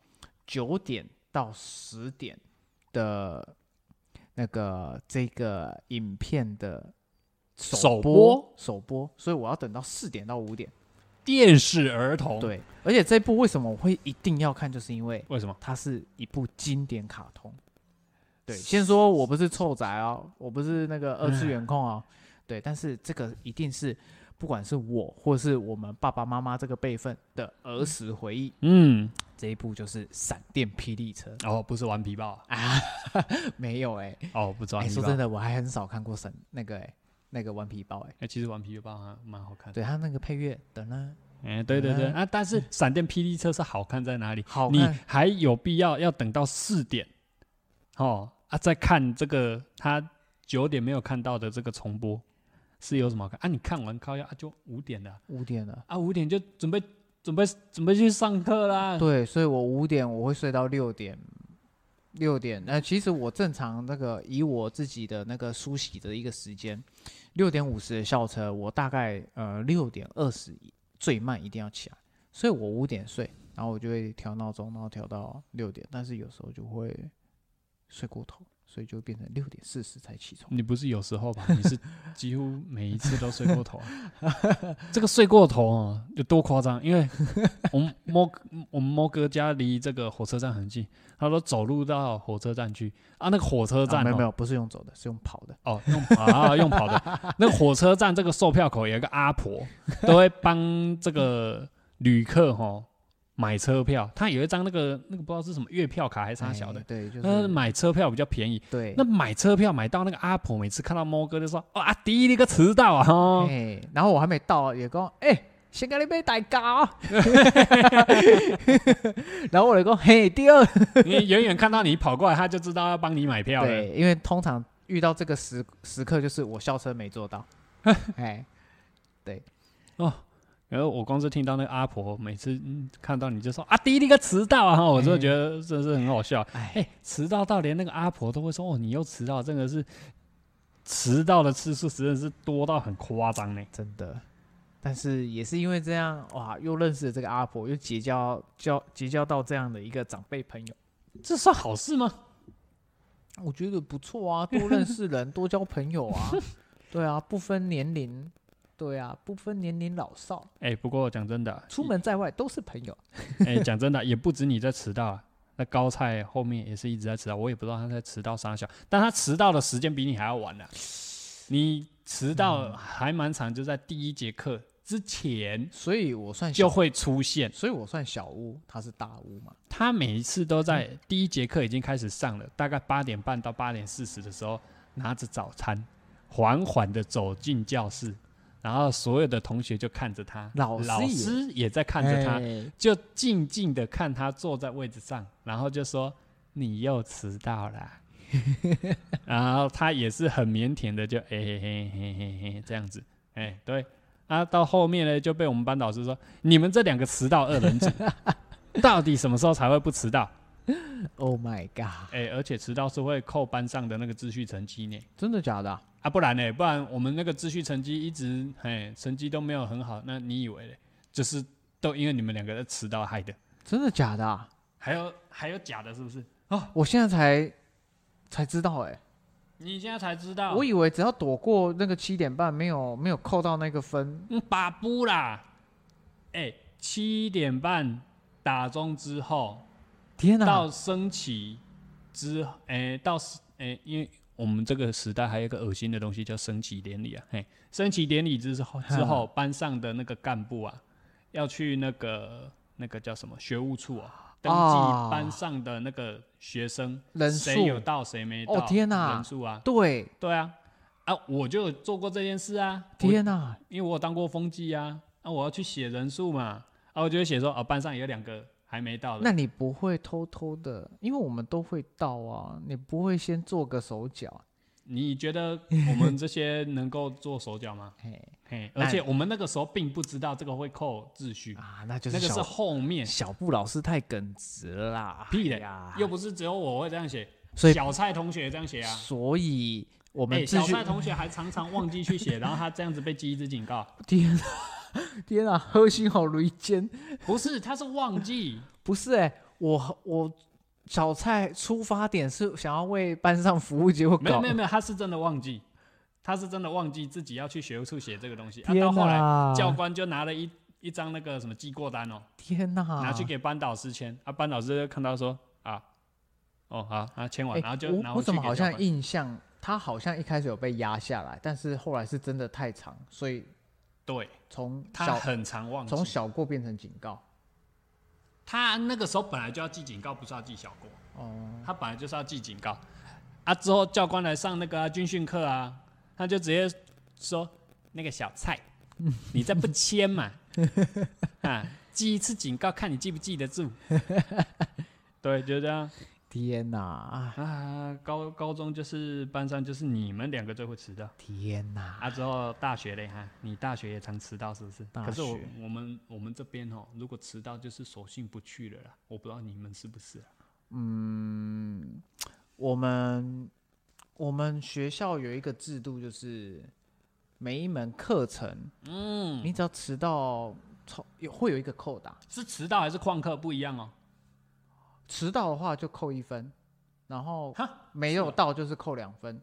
Speaker 3: 九点到十点的那个这个影片的
Speaker 2: 首
Speaker 3: 播首播，所以我要等到四点到五点。
Speaker 2: 电视儿童。，
Speaker 3: 对，而且这部为什么我会一定要看，就是因为
Speaker 2: 为什么？
Speaker 3: 它是一部经典卡通。对，先说我不是臭宅哦，我不是那个二次元控哦，对，但是这个一定是不管是我或是我们爸爸妈妈这个辈分的儿时回忆，
Speaker 2: 嗯，
Speaker 3: 这一部就是《闪电霹雳车》
Speaker 2: 哦，不是顽皮豹啊，
Speaker 3: 啊， 没有哎、
Speaker 2: 哦，不知道。
Speaker 3: 哎、
Speaker 2: 顽皮
Speaker 3: 说
Speaker 2: 豹
Speaker 3: 真的，我还很少看过神那个哎、那个顽皮包哎、
Speaker 2: 哎、其实顽皮豹还蛮好看的。
Speaker 3: 对他那个配乐等呢，
Speaker 2: 哎、对对对
Speaker 3: 嗯
Speaker 2: 啊！但是闪电霹雳车是好看在哪里？
Speaker 3: 好嗯
Speaker 2: 你
Speaker 3: 看
Speaker 2: 还有必要要等到四点，哦啊，再看这个他九点没有看到的这个重播是有什么好看啊？你看完靠要啊，就五点了
Speaker 3: 五点了，
Speaker 2: 啊，五点就准备准备准备去上课 啦。
Speaker 3: 对，所以我五点我会睡到六点，六点。那、其实我正常那个以我自己的那个梳洗的一个时间，六点五十的校车，我大概呃六点二十最慢一定要起来，所以我五点睡，然后我就会调闹钟，然后调到六点，但是有时候就会睡过头，所以就变成六点四十才起床。
Speaker 2: 你不是有时候 吧？你是几乎每一次都睡过头、啊。这个睡过头哦，有多夸张？因为我们猫 我们猫哥家离这个火车站很近，他说走路到火车站去啊。那个火车站、
Speaker 3: 啊、
Speaker 2: 哦
Speaker 3: 没有没有，不是用走的，是用跑的。
Speaker 2: 哦，用跑啊，用跑的。那个火车站这个售票口有一个阿婆，都会帮这个旅客哈、买车票。他有一张那个那个不知道是什么月票卡还是啥小的
Speaker 3: 哎，对，就
Speaker 2: 那
Speaker 3: 是哎
Speaker 2: 买车票比较便宜。
Speaker 3: 对。
Speaker 2: 那买车票买到那个阿婆，每次看到猫哥就说：“哦，阿迪你个迟到啊！”哦，
Speaker 3: 哎，然后我还没到，也讲哎，先给你杯大家、哦， 然后我就讲嘿对哦，
Speaker 2: 你远远看到你跑过来，他就知道要帮你买票了
Speaker 3: 对，。因为通常遇到这个时时刻就是我校车没做到，哎，
Speaker 2: 然后我光是听到那个阿婆每次、嗯、看到你就说：“阿迪你个迟到啊！”哦我就觉得真是很好笑。
Speaker 3: 哎，
Speaker 2: 哎，迟到到连那个阿婆都会说：“哦，你又迟到，真的是迟到的次数实在是多到很夸张呢。
Speaker 3: 真的。但是也是因为这样，哇，又认识了这个阿婆，又结交交结交到这样的一个长辈朋友，
Speaker 2: 这算好事吗？
Speaker 3: 我觉得不错啊，多认识人，多交朋友啊，对啊，不分年龄，对啊，不分年龄老少，
Speaker 2: 哎，不过讲真的，
Speaker 3: 出门在外都是朋友。
Speaker 2: 哎，讲真的，也不止你在迟到啊。那高菜后面也是一直在迟到，我也不知道他在迟到啥小，但他迟到的时间比你还要晚呢、你迟到还蛮长，就在第一节课之前
Speaker 3: 所以我算小，
Speaker 2: 就会出现。
Speaker 3: 所以我算小屋，他是大屋嘛。
Speaker 2: 他每一次都在
Speaker 3: 嗯
Speaker 2: 第一节课已经开始上了，大概八点半到八点四十的时候，拿着早餐，缓缓的走进教室，然后所有的同学就看着他，
Speaker 3: 老师也
Speaker 2: 师也在看着他，
Speaker 3: 哎
Speaker 2: 就静静的看他坐在位置上，然后就说：“你又迟到啦。” 然后他也是很腼腆的就，哎嘿嘿嘿嘿嘿这样子，哎对，啊到后面呢就被我们班导师说：“你们这两个迟到二人组， 到底什么时候才会不迟到？
Speaker 3: ，Oh my god，
Speaker 2: 哎，而且迟到是会扣班上的那个秩序成绩呢。”
Speaker 3: 真的假的啊、
Speaker 2: 啊，不然呢？不然我们那个秩序成绩一直，哎，成绩都没有很好。那你以为嘞？就是都因为你们两个在迟到害的。
Speaker 3: 真的假的、啊？
Speaker 2: 还有还有假的，是不是？
Speaker 3: 我现在才才知道、欸，
Speaker 2: 你现在才知道，
Speaker 3: 哎，我以为只要躲过那个七点半，没有没有扣到那个分，
Speaker 2: 嗯把布啦，哎、七点半打钟之后，
Speaker 3: 天哪、
Speaker 2: 到升旗之，哎、到哎、因为我们这个时代还有一个恶心的东西叫升旗典礼啊，嘿，升旗典礼之后之
Speaker 3: 嗯
Speaker 2: 后，班上的那个干部啊，要去那个那个叫什么学务处啊，登
Speaker 3: 啊
Speaker 2: 记班上的那个学生
Speaker 3: 人
Speaker 2: 谁有
Speaker 3: 数
Speaker 2: 到谁没到，
Speaker 3: 哦天哪
Speaker 2: 哪，人数啊，
Speaker 3: 对，
Speaker 2: 对啊，啊，我就有做过这件事啊，我
Speaker 3: 天哪，
Speaker 2: 因为我有当过风纪啊，啊，我要去写人数嘛，啊，我就会写说，哦，班上有两个还没到的，
Speaker 3: 那你不会偷偷的，因为我们都会到啊，你不会先做个手脚，
Speaker 2: 你觉得我们这些能够做手脚吗？
Speaker 3: 嘿
Speaker 2: 嘿，
Speaker 3: 那
Speaker 2: 而且我们那个时候并不知道这个会扣秩序，
Speaker 3: 啊，那就
Speaker 2: 那
Speaker 3: 是
Speaker 2: 个是
Speaker 3: 小
Speaker 2: 后面，
Speaker 3: 小布老师太耿直了啦，
Speaker 2: 屁
Speaker 3: 哎
Speaker 2: 嘞
Speaker 3: 呀，
Speaker 2: 又不是只有我会这样写，
Speaker 3: 所以
Speaker 2: 小蔡同学也这样写啊。
Speaker 3: 所以我们
Speaker 2: 哎、
Speaker 3: 秩
Speaker 2: 小
Speaker 3: 序，
Speaker 2: 蔡同学还常常忘记去写，然后他这样子被记一次警告。
Speaker 3: 天啊， 天啊，核心好雷尖，
Speaker 2: 不是，他是忘记，
Speaker 3: 不是哎、我我小蔡出发点是想要为班上服务，结果
Speaker 2: 没
Speaker 3: 搞
Speaker 2: 有没有没有，他是真的忘记，他是真的忘记自己要去学务处写这个东西。啊，
Speaker 3: 天
Speaker 2: 到后来
Speaker 3: 哪，
Speaker 2: 教官就拿了一一张那个什么记过单哦，
Speaker 3: 天啊哪，
Speaker 2: 拿去给班导师签。啊，班导师就看到说啊，哦好，啊签完，
Speaker 3: 哎
Speaker 2: 然后就拿
Speaker 3: 我我
Speaker 2: 回去
Speaker 3: 怎么
Speaker 2: 给
Speaker 3: 好
Speaker 2: 教
Speaker 3: 像
Speaker 2: 官
Speaker 3: 印象他好像一开始有被压下来，但是后来是真的太长，所以
Speaker 2: 对
Speaker 3: 从
Speaker 2: 他
Speaker 3: 小
Speaker 2: 很常忘记
Speaker 3: 从，小过变成警告。
Speaker 2: 他那个时候本来就要记警告，不是要记小过。
Speaker 3: 哦，
Speaker 2: 他本来就是要记警告，啊，之后教官来上那个、啊、军训课啊，他就直接说那个小 蔡，你再不签嘛， 啊，记一次警告，看你记不记得住。 对，就这样
Speaker 3: 天哪，啊
Speaker 2: 啊。高高中就是班上就是你们两个最会迟到
Speaker 3: 天哪，
Speaker 2: 啊。之后大学嘞哈、你大学也常迟到是不是？
Speaker 3: 大
Speaker 2: 可是我
Speaker 3: 学
Speaker 2: 我们我们这边哦，如果迟到就是索性不去了啦。我不知道你们是不是啊、
Speaker 3: 我们我们学校有一个制度，就是每一门课程，嗯，你只要迟到超有会有一个扣打，
Speaker 2: 是迟到还是旷课不一样哦。
Speaker 3: 迟到的话就扣一分，然后
Speaker 2: 哈
Speaker 3: 没有到就是扣两分。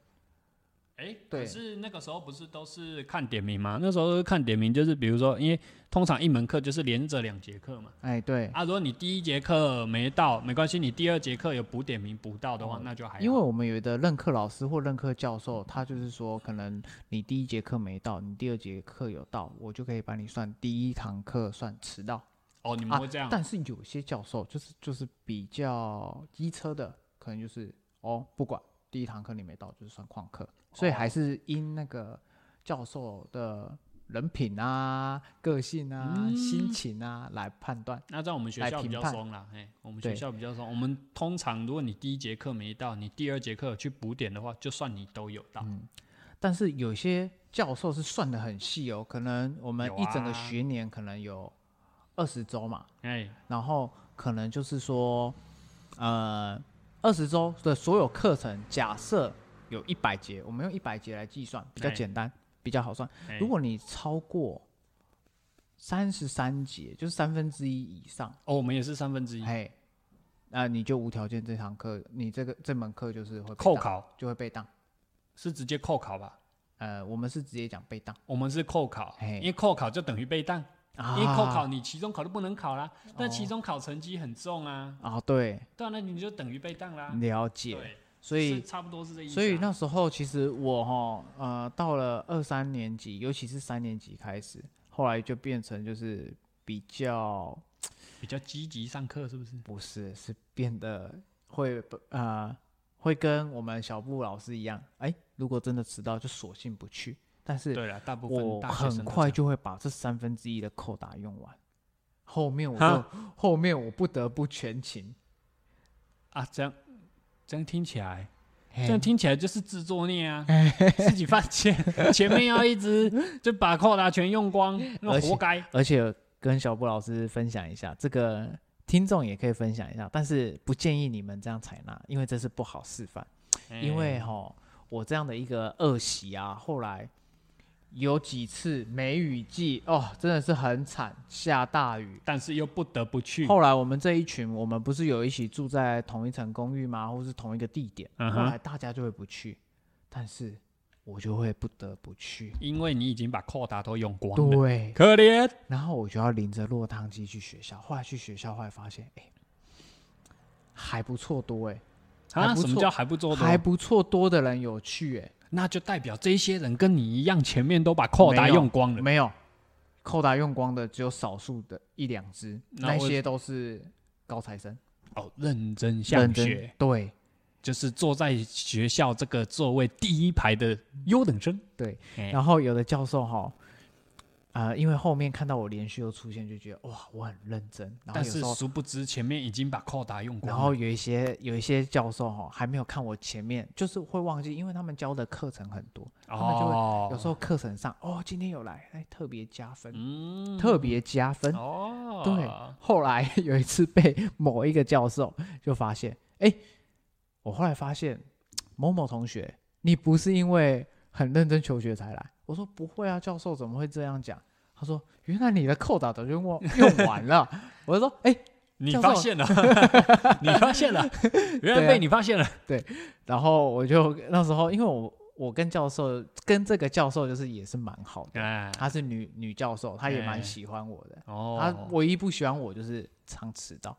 Speaker 2: 哎、
Speaker 3: 对
Speaker 2: 可是那个时候不是都是看点名吗？那时候都是看点名，就是比如说，因为通常一门课就是连着两节课嘛。
Speaker 3: 哎，对，
Speaker 2: 啊，如果你第一节课没到，没关系，你第二节课有补点名补到的话，那就还好。
Speaker 3: 哦因为我们有的任课老师或任课教授，他就是说，可能你第一节课没到，你第二节课有到，我就可以把你算第一堂课算迟到。
Speaker 2: 哦，你们会这样，
Speaker 3: 啊但是有些教授就是就是比较机车的，可能就是哦不管第一堂课你没到就是算旷课，所以
Speaker 2: 哦
Speaker 3: 还是因那个教授的人品啊、个性啊、
Speaker 2: 嗯
Speaker 3: 心情啊来判断。
Speaker 2: 那在我们学
Speaker 3: 来
Speaker 2: 校比
Speaker 3: 评
Speaker 2: 较
Speaker 3: 判
Speaker 2: 松啦。哎、我们
Speaker 3: 对
Speaker 2: 学校比较松。我们通常如果你第一节课没到，你第二节课有去补点的话，就算你都有
Speaker 3: 嗯
Speaker 2: 到。
Speaker 3: 但是有些教授是算的很细哦，可能我们
Speaker 2: 有
Speaker 3: 一整个
Speaker 2: 啊
Speaker 3: 学年可能有二十周嘛，
Speaker 2: 哎、
Speaker 3: 然后可能就是说，呃，二十周的所有课程，假设有一百节，我们用一百节来计算，比较
Speaker 2: 哎
Speaker 3: 简单，比较好算。
Speaker 2: 哎
Speaker 3: 如果你超过三十三节，就是三分之一以上，
Speaker 2: 哦，我们也是三分之一
Speaker 3: 哎，那你就无条件这堂课，你这个这门课就是会被
Speaker 2: 扣
Speaker 3: 当，
Speaker 2: 考，
Speaker 3: 就会被当。
Speaker 2: 是直接扣考吧？
Speaker 3: 呃，我们是直接讲被当
Speaker 2: 我们是扣考，
Speaker 3: 哎
Speaker 2: 因为扣考就等于被当。
Speaker 3: 啊，
Speaker 2: 因为扣考你期中考都不能考啦，但
Speaker 3: 哦
Speaker 2: 期中考成绩很重啊，
Speaker 3: 啊，对，
Speaker 2: 对啊，那你就等于被当啦。
Speaker 3: 了解。
Speaker 2: 对，
Speaker 3: 所以
Speaker 2: 是差不多是这意思啊。
Speaker 3: 所以那时候其实我哈呃到了二三年级，尤其是三年级开始，后来就变成就是比较
Speaker 2: 比较积极上课是不是？
Speaker 3: 不是是变得会呃会跟我们小布老师一样，哎、如果真的迟到就索性不去，但是
Speaker 2: 对了，大部分
Speaker 3: 我
Speaker 2: 大学
Speaker 3: 很
Speaker 2: 生都
Speaker 3: 快
Speaker 2: 这样
Speaker 3: 就会把这三分之一的扣打用完，后面我就
Speaker 2: 哈
Speaker 3: 后面我不得不全勤，
Speaker 2: 啊，这样这样听起来，
Speaker 3: 嘿
Speaker 2: 这样听起来就是自作孽啊，自己犯贱， 前面要一直就把扣打全用光，那
Speaker 3: 而且
Speaker 2: 活该。
Speaker 3: 而且跟小布老师分享一下，这个听众也可以分享一下，但是不建议你们这样采纳，因为这是不好示范。因为
Speaker 2: 哎
Speaker 3: 哈，我这样的一个恶习啊，后来有几次梅雨季哦，真的是很惨，下大雨。
Speaker 2: 但是又不得不去，
Speaker 3: 后来我们这一群，我们不是有一起住在同一层公寓吗？或是同一个地点？
Speaker 2: 嗯
Speaker 3: 后
Speaker 2: 哼
Speaker 3: 来大家就会不去，但是我就会不得不去。
Speaker 2: 因为你已经把扣打都用光了，
Speaker 3: 对，
Speaker 2: 可怜。
Speaker 3: 然后我就要淋着落汤鸡去学校。后来去学校，后来发现，哎、还不错多哎、还
Speaker 2: 啊，
Speaker 3: 不
Speaker 2: 什么
Speaker 3: 错
Speaker 2: 叫还不做多？
Speaker 3: 还不错，多的人有去、欸，
Speaker 2: 那就代表这些人跟你一样，前面都把扣打
Speaker 3: 没有
Speaker 2: 用光了。
Speaker 3: 没有，扣打用光的只有少数的一两只，
Speaker 2: 那
Speaker 3: 那
Speaker 2: 为
Speaker 3: 些都是高材生，
Speaker 2: 哦，认真
Speaker 3: 认
Speaker 2: 向
Speaker 3: 真
Speaker 2: 学，
Speaker 3: 对
Speaker 2: 就是坐在学校这个座位第一排的优等生。
Speaker 3: 对。
Speaker 2: 哎
Speaker 3: 然后有的教授哈，呃，因为后面看到我连续又出现，就觉得哇，我很认真。然后
Speaker 2: 但
Speaker 3: 有
Speaker 2: 是
Speaker 3: 时候，
Speaker 2: 殊不知前面已经把扣打用光
Speaker 3: 然
Speaker 2: 了。
Speaker 3: 后有一些有一些教授哈，还没有看我前面，就是会忘记，因为他们教的课程很多，他们就会
Speaker 2: 哦，
Speaker 3: 有时候课程上哦，今天有来，哎，特别加分，
Speaker 2: 嗯
Speaker 3: 特别加分。
Speaker 2: 哦，
Speaker 3: 对，后来 有一次被某一个教授就发现，哎，我后来发现某某同学，你不是因为很认真求学才来？我说不会啊，教授怎么会这样讲？他说原来你的扣打早就用完用完 了。我就说哎，
Speaker 2: 你
Speaker 3: 教
Speaker 2: 发
Speaker 3: 授
Speaker 2: 现了， 你发现了，原
Speaker 3: 对
Speaker 2: 来
Speaker 3: 啊
Speaker 2: 被你发现了。
Speaker 3: 然后我就那时候因为我我跟教授跟这个教授就是也是蛮好的，
Speaker 2: 哎，
Speaker 3: 她是女女教授，她也蛮
Speaker 2: 哎
Speaker 3: 喜欢我的。他
Speaker 2: 哦，
Speaker 3: 唯一不喜欢我就是常迟到，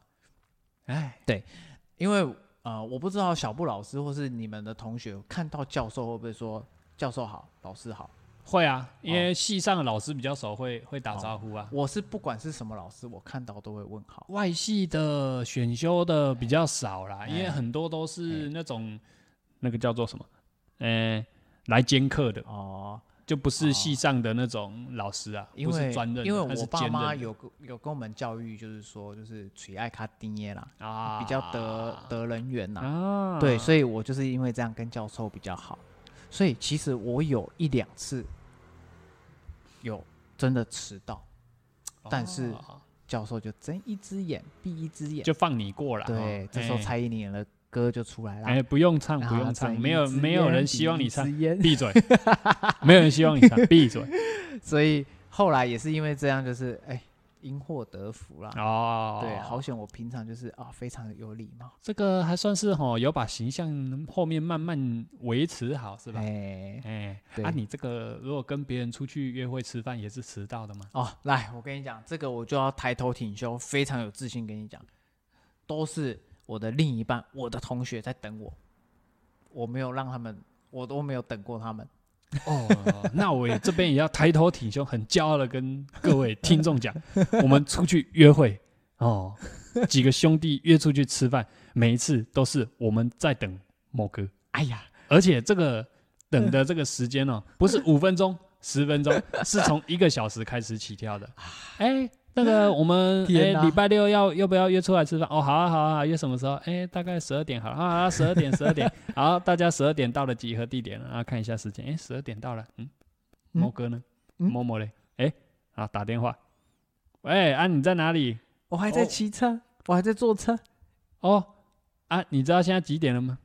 Speaker 2: 哎，
Speaker 3: 因为呃，我不知道小布老师或是你们的同学看到教授会不会说教授好，老师好。
Speaker 2: 会啊，因
Speaker 3: 哦
Speaker 2: 为系上的老师比较熟，会会打招呼啊。
Speaker 3: 我是不管是什么老师，我看到都会问好。
Speaker 2: 外系的选修的比较少啦，
Speaker 3: 哎
Speaker 2: 因为很多都是那种哎那个叫做什么，呃，来兼课的，
Speaker 3: 哦，
Speaker 2: 就不是系上的那种老师啊，
Speaker 3: 因
Speaker 2: 不
Speaker 3: 为
Speaker 2: 是专任的，
Speaker 3: 哦因为
Speaker 2: 他
Speaker 3: 我
Speaker 2: 是
Speaker 3: 爸
Speaker 2: 兼
Speaker 3: 妈
Speaker 2: 任的
Speaker 3: 有跟有跟我们教育，就是说就是取爱卡丁耶啦，
Speaker 2: 啊，
Speaker 3: 比较得得人缘呐。
Speaker 2: 啊，
Speaker 3: 对，所以我就是因为这样跟教授比较好，所以其实我有一两次有真的迟到，
Speaker 2: 哦
Speaker 3: 但是教授就睁一只眼闭一只眼。
Speaker 2: 就放你过了。
Speaker 3: 对
Speaker 2: 哦，
Speaker 3: 这时候
Speaker 2: 哎
Speaker 3: 蔡依林的歌就出来了。
Speaker 2: 哎，不用唱，
Speaker 3: 然
Speaker 2: 不
Speaker 3: 后
Speaker 2: 用
Speaker 3: 她
Speaker 2: 唱，
Speaker 3: 睁
Speaker 2: 没
Speaker 3: 一
Speaker 2: 有
Speaker 3: 只
Speaker 2: 没有
Speaker 3: 眼
Speaker 2: 人
Speaker 3: 闭
Speaker 2: 希望
Speaker 3: 一
Speaker 2: 你唱
Speaker 3: 只，眼
Speaker 2: 闭 嘴，没有人希望你唱，闭嘴。
Speaker 3: 所以后来也是因为这样，就是哎，因祸得福啦。
Speaker 2: 哦，
Speaker 3: 对，好险！我平常就是啊，非常有礼貌，
Speaker 2: 这个还算是吼，有把形象后面慢慢维持好，是吧？
Speaker 3: 哎，
Speaker 2: 哎、
Speaker 3: 对
Speaker 2: 啊，你这个如果跟别人出去约会吃饭也是迟到的吗？
Speaker 3: 哦，来，我跟你讲，这个我就要抬头挺胸，非常有自信跟你讲，都是我的另一半，我的同学在等我，我没有让他们，我都没有等过他们。
Speaker 2: 哦， 那我也这边也要抬头挺胸，很骄傲的跟各位听众讲，我们出去约会哦，几个兄弟约出去吃饭，每一次都是我们在等某个，
Speaker 3: 哎呀，
Speaker 2: 而且这个等的这个时间哦，
Speaker 3: 嗯
Speaker 2: 不是五分钟、十分钟， 是从一个小时开始起跳的。哎，那个我们哎
Speaker 3: 啊天哪
Speaker 2: 礼拜六要要不要约出来吃饭？哦，好啊好啊，好啊约什么时候？哎，大概十二点好了啊，十二点 十二点，好，大家十二点到了集合地点了啊，看一下时间，哎，十二点到了，嗯，
Speaker 3: 嗯
Speaker 2: 猫哥呢？
Speaker 3: 嗯
Speaker 2: 某某嘞？哎，啊，打电话，喂，啊，你在哪里？
Speaker 3: 我还在
Speaker 2: 哦
Speaker 3: 骑车，我还在坐车，
Speaker 2: 哦，啊，你知道现在几点了吗？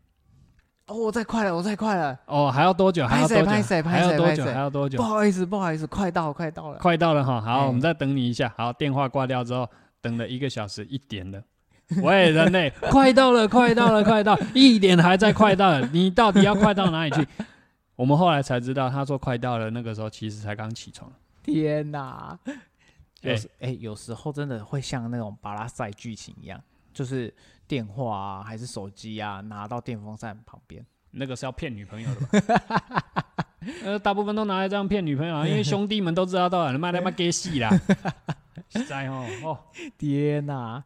Speaker 3: 哦，我在快了，我在快了，
Speaker 2: 哦，还要多久？还要多久？
Speaker 3: 拍谁拍谁
Speaker 2: 还要多
Speaker 3: 拍
Speaker 2: 久？
Speaker 3: 谁
Speaker 2: 还要多久
Speaker 3: 不？好意思，不好意思，快到了，快到了。
Speaker 2: 快到了哈，
Speaker 3: 哎
Speaker 2: 好，我们再等你一下。好，电话挂掉之后，等了一个小时，一点了。 喂，人类，快到了，快到了，快到了， 一点还在快到了，你到底要快到哪里去？ 我们后来才知道，他说快到了，那个时候其实才刚起床。
Speaker 3: 天哪！有
Speaker 2: 哎
Speaker 3: 时哎、有时候真的会像那种巴拉赛剧情一样，就是电话啊，还是手机啊，拿到电风扇旁边。
Speaker 2: 那个是要骗女朋友的吧？ 呃，大部分都拿来这样骗女朋友啊，因为兄弟们都知道到了，妈他妈给戏啦，实在哦哦，
Speaker 3: 天哪！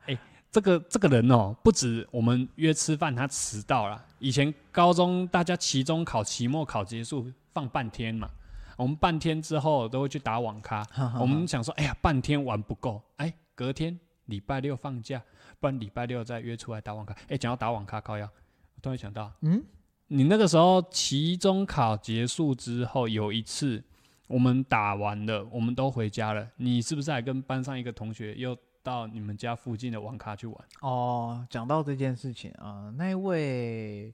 Speaker 2: 这个这个人哦，不止我们约吃饭他迟到了，以前高中大家期中考、期末考结束放半天嘛，我们半天之后都会去打网咖，我们想说，哎呀，半天玩不够，哎，隔天礼拜六放假，不然礼拜六再约出来打网咖。哎，讲到打网咖高腰，我突然想到，
Speaker 3: 嗯，
Speaker 2: 你那个时候期中考结束之后，有一次我们打完了，我们都回家了，你是不是还跟班上一个同学又到你们家附近的网咖去玩？
Speaker 3: 哦，讲到这件事情啊、呃那一位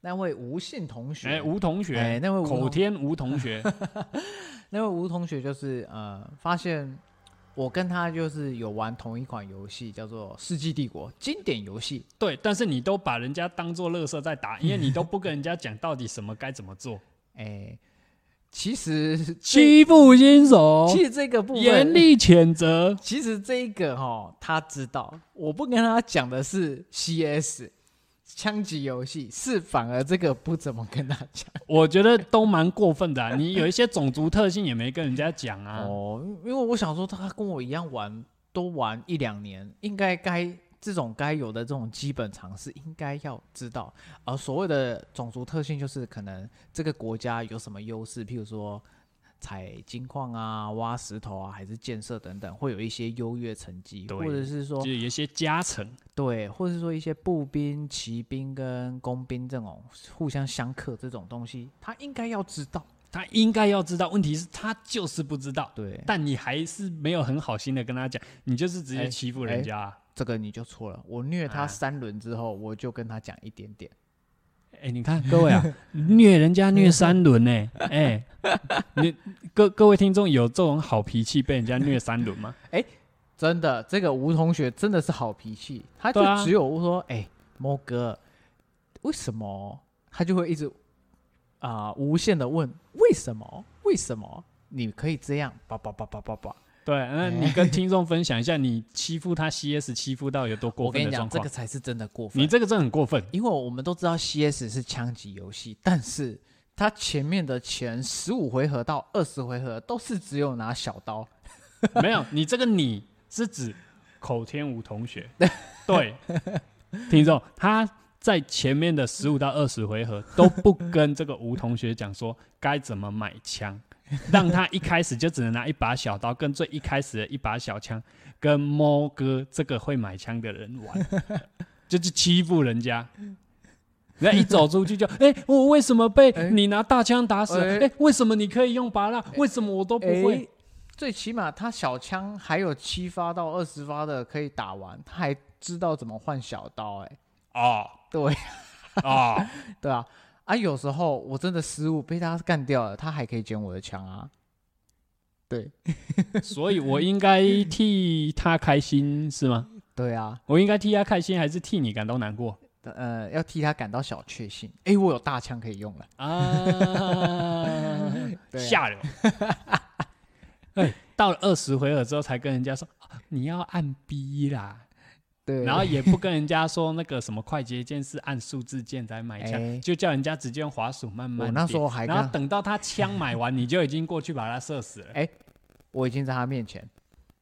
Speaker 3: 那位吴姓同学，
Speaker 2: 哎、吴同学，
Speaker 3: 哎那位吴
Speaker 2: 口
Speaker 3: 同
Speaker 2: 天吴 同学，
Speaker 3: 那位吴同学就是呃，发现我跟他就是有玩同一款游戏，叫做《世纪帝国》经典游戏。
Speaker 2: 对，但是你都把人家当做乐色在打，因为你都不跟人家讲到底什么该怎 么做，
Speaker 3: 哎、其实这
Speaker 2: 欺负新手，
Speaker 3: 其实这个部分
Speaker 2: 严厉谴责。
Speaker 3: 其实这一个哈、他知道，我不跟他讲的是 CS，枪击游戏，是反而这个不怎么跟他讲。
Speaker 2: 我觉得都蛮过 分的、啊。你有一些种族特性也没跟人家讲啊。
Speaker 3: 哦，因为我想说他跟我一样玩，都玩一两年，应该该这种该有的这种基本常识应该要知道。而、所谓的种族特性，就是可能这个国家有什么优势，譬如说采金矿啊、挖石头啊，还是建设等等，会有一些优越成绩，
Speaker 2: 对
Speaker 3: 或者是说
Speaker 2: 就有一些加成，
Speaker 3: 对，或者是说一些步兵、骑兵跟工兵这种互相相克这种东西，他应该要知道。
Speaker 2: 他应该要知道。问题是，他就是不知道。
Speaker 3: 对，
Speaker 2: 但你还是没有很好心的跟他讲，你就是直接
Speaker 3: 哎
Speaker 2: 欺负人
Speaker 3: 哎
Speaker 2: 家啊、
Speaker 3: 这个你就错了。我虐
Speaker 2: 啊
Speaker 3: 他三轮之后，我就跟他讲一点点。
Speaker 2: 哎、你看各位啊， 虐人家虐三轮呢、 哎、你各各位听众有这种好脾气被人家虐三轮吗？
Speaker 3: 真的，这个吴同学真的是好脾气，他就
Speaker 2: 对啊
Speaker 3: 只有说：“哎、猫哥，为什么？”他就会一直啊、无限的问：“为什么？为什么？你可以这样？”叭叭叭叭叭叭。
Speaker 2: 对，那
Speaker 3: 哎
Speaker 2: 你跟听众分享一下，你欺负他 CS 欺负到有多过
Speaker 3: 我跟
Speaker 2: 分
Speaker 3: 你
Speaker 2: 的
Speaker 3: 讲，
Speaker 2: 状
Speaker 3: 这
Speaker 2: 况
Speaker 3: 个？才是真的过分。
Speaker 2: 你这个真的很过分，
Speaker 3: 因为我们都知道 CS 是枪击游戏，但是它前面的前十五回合到二十回合都是只有拿小刀，
Speaker 2: 没有，你这个你是指口天吴同 学，对，听众他在前面的十五到二十回合都不跟这个吴同学讲说该怎么买 枪，让他一开始就只能拿一把小刀，跟最一开始的一把小枪，跟猫哥这个会买枪的人玩， 就是欺负人 家。人家一走出去就，哎、我为什么被
Speaker 3: 哎
Speaker 2: 你拿大枪打死了？哎、
Speaker 3: 哎
Speaker 2: 为什么你可以用拔蜡？为什么我都不会？
Speaker 3: 诶最起码他小枪还有七发到二十发的可以打完，他还知道怎么换小刀、诶
Speaker 2: 哦
Speaker 3: 对
Speaker 2: 哦，
Speaker 3: 对啊，啊，有时候我真的失误被他干掉了，他还可以捡我的枪啊。对
Speaker 2: 所以我应该替他开心是吗？
Speaker 3: 对啊，
Speaker 2: 我应该替他开心，还是替你感到难过
Speaker 3: 呃，要替他感到小确幸。哎、我有大枪可以用了。
Speaker 2: 啊？
Speaker 3: 对啊
Speaker 2: 下流！ 哎，到了二十回合之后，才跟人家说、啊你要按 B 啦，
Speaker 3: 对，
Speaker 2: 然后也不跟人家说那个什么快捷键是按数字键在买枪，
Speaker 3: 哎
Speaker 2: 就叫人家直接用滑鼠慢慢
Speaker 3: 我
Speaker 2: 点。
Speaker 3: 那时候还
Speaker 2: 然后
Speaker 3: 跟
Speaker 2: 等到他枪买完，你就已经过去把他射死了，
Speaker 3: 哎我已经在他面前。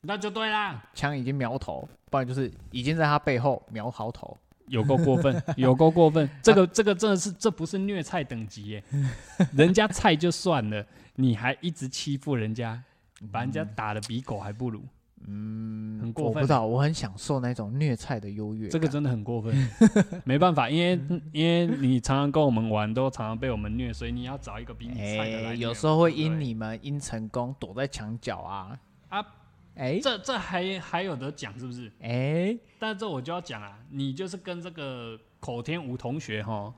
Speaker 2: 那就对啦。
Speaker 3: 枪已经瞄头，不然就是已经在他背后瞄好头。
Speaker 2: 有够过 分，有够过
Speaker 3: 啊
Speaker 2: 分！这个这个真的是，这不是虐菜等级 耶，人家菜就算了，你还一直欺负人家，把人家
Speaker 3: 嗯
Speaker 2: 打的比狗还不如，嗯，很过
Speaker 3: 我不
Speaker 2: 分
Speaker 3: 知。道，我很享受那种虐菜的优越感。
Speaker 2: 这个真的很过分， 没办法，因
Speaker 3: 嗯
Speaker 2: 为因为你常常跟我们玩，都常常被我们虐，所以你要找一个比你菜的来
Speaker 3: 哎，
Speaker 2: 虐
Speaker 3: 有时候会因
Speaker 2: 对
Speaker 3: 你们因成功躲在墙角啊
Speaker 2: 啊！
Speaker 3: 哎
Speaker 2: 这这还还有得讲是不是？
Speaker 3: 哎，
Speaker 2: 但这我就要讲啊，你就是跟这个口天吴同学哈，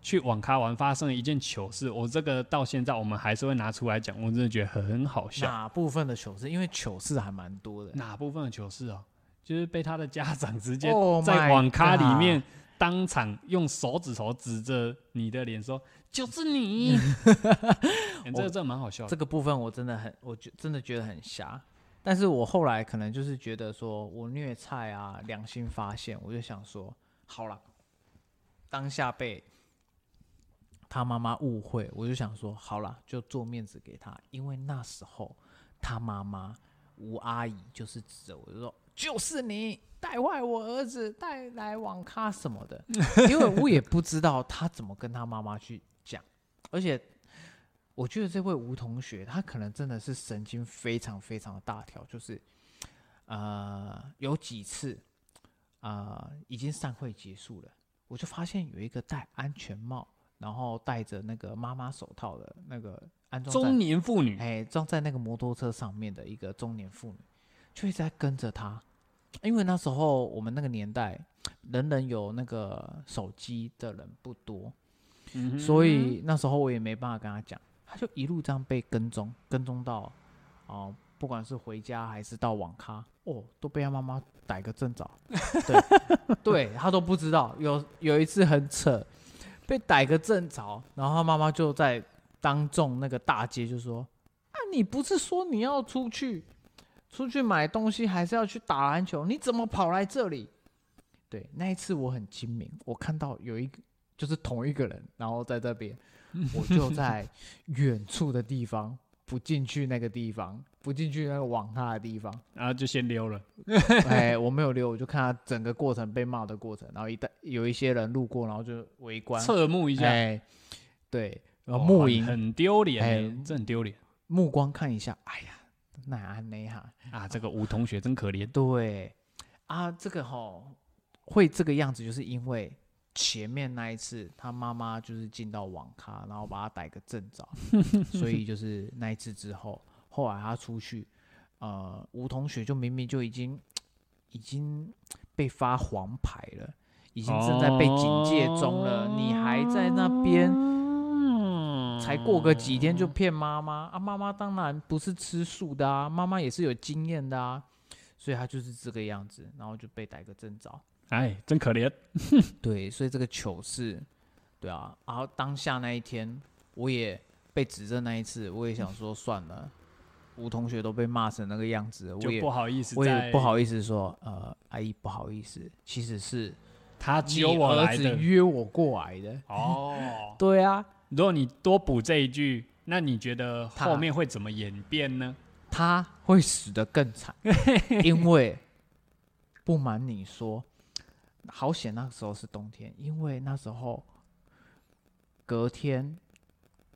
Speaker 2: 去网咖玩发生了一件糗事，我这个到现在我们还是会拿出来讲，我真的觉得很好笑。
Speaker 3: 哪部分的糗事？因为糗事还蛮多的。
Speaker 2: 哪部分的糗事哦？就是被他的家长直接
Speaker 3: Oh my
Speaker 2: 在网咖里面当场用手指头指着你的脸说：“就是 你。哎这个真的蛮好笑的
Speaker 3: 这。个部分我真的很，我觉真的觉得很瞎。但是我后来可能就是觉得说我虐菜啊，良心发现，我就想说，好了，当下被他妈妈误会，我就想说，好了，就做面子给他，因为那时候他妈妈吴阿姨就是指着我就说，就是你带坏我儿子，带来网咖什么的， 因为我也不知道他怎么跟他妈妈去讲，而且我觉得这位吴同学，他可能真的是神经非常非常的大条，就是，呃，有几次，呃，已经散会结束了，我就发现有一个戴安全帽，然后戴着那个妈妈手套的那个安装在
Speaker 2: 中年妇女，
Speaker 3: 哎，装在那个摩托车上面的一个中年妇女，就一直在跟着他。因为那时候我们那个年代，人人有那个手机的人不多，
Speaker 2: 嗯哼
Speaker 3: 所以那时候我也没办法跟他讲，他就一路这样被跟踪，跟踪到哦、不管是回家还是到网咖，哦，都被他妈妈逮个正着。对， 对他都不知道。有有一次很扯，被逮个正着，然后他妈妈就在当众那个大街就说：“啊，你不是说你要出去，出去买东西，还是要去打篮球，你怎么跑来这里？”对，那一次我很精明，我看到有一个就是同一个人，然后在这 边，我就在远处的地方不进去那个地方，不进去那个网咖的 地方，
Speaker 2: 然啊后就先溜了。
Speaker 3: 哎，我没有留，我就看他整个过程被骂的过程，然后一旦有一些人路过，然后就围观，
Speaker 2: 侧目一下，
Speaker 3: 哎，对，然后
Speaker 2: 哇
Speaker 3: 目
Speaker 2: 很
Speaker 3: 影
Speaker 2: 很丢脸
Speaker 3: 哎
Speaker 2: 欸，这很丢脸
Speaker 3: 目光看一下，哎呀，哪安内哈，
Speaker 2: 啊！这个吴同学真可怜，
Speaker 3: 对啊，这个吼会这个样子，就是因为前面那一次他妈妈就是进到网咖，然后把他逮个正着，所以就是那一次之后，后来他出去，呃，吴同学就明明就已经已经被发黄牌了，已经正在被警戒中了，你还在那边。
Speaker 2: 啊
Speaker 3: 才过个几天就骗妈妈啊！妈妈当然不是吃素的啊，妈妈也是有经验的啊，所以她就是这个样子，然后就被逮个正着。
Speaker 2: 哎，真可怜。
Speaker 3: 对，所以这个糗事，对啊，然后当下那一天，我也被指正那一次，我也想说算了，吴同学都被骂成那个样子了，我
Speaker 2: 就
Speaker 3: 也
Speaker 2: 不好意思，
Speaker 3: 我也不，好意思说，呃，阿姨不好意思，其实是
Speaker 2: 他
Speaker 3: 你
Speaker 2: 揪我
Speaker 3: 儿
Speaker 2: 来
Speaker 3: 子
Speaker 2: 的。
Speaker 3: 约我过来的。
Speaker 2: 哦，
Speaker 3: 对啊，
Speaker 2: 如果你多补这一句，那你觉得
Speaker 3: 他
Speaker 2: 后面会怎么演变呢？
Speaker 3: 他会死得更 惨，因为不瞒你说，好险那时候是冬天，因为那时候隔天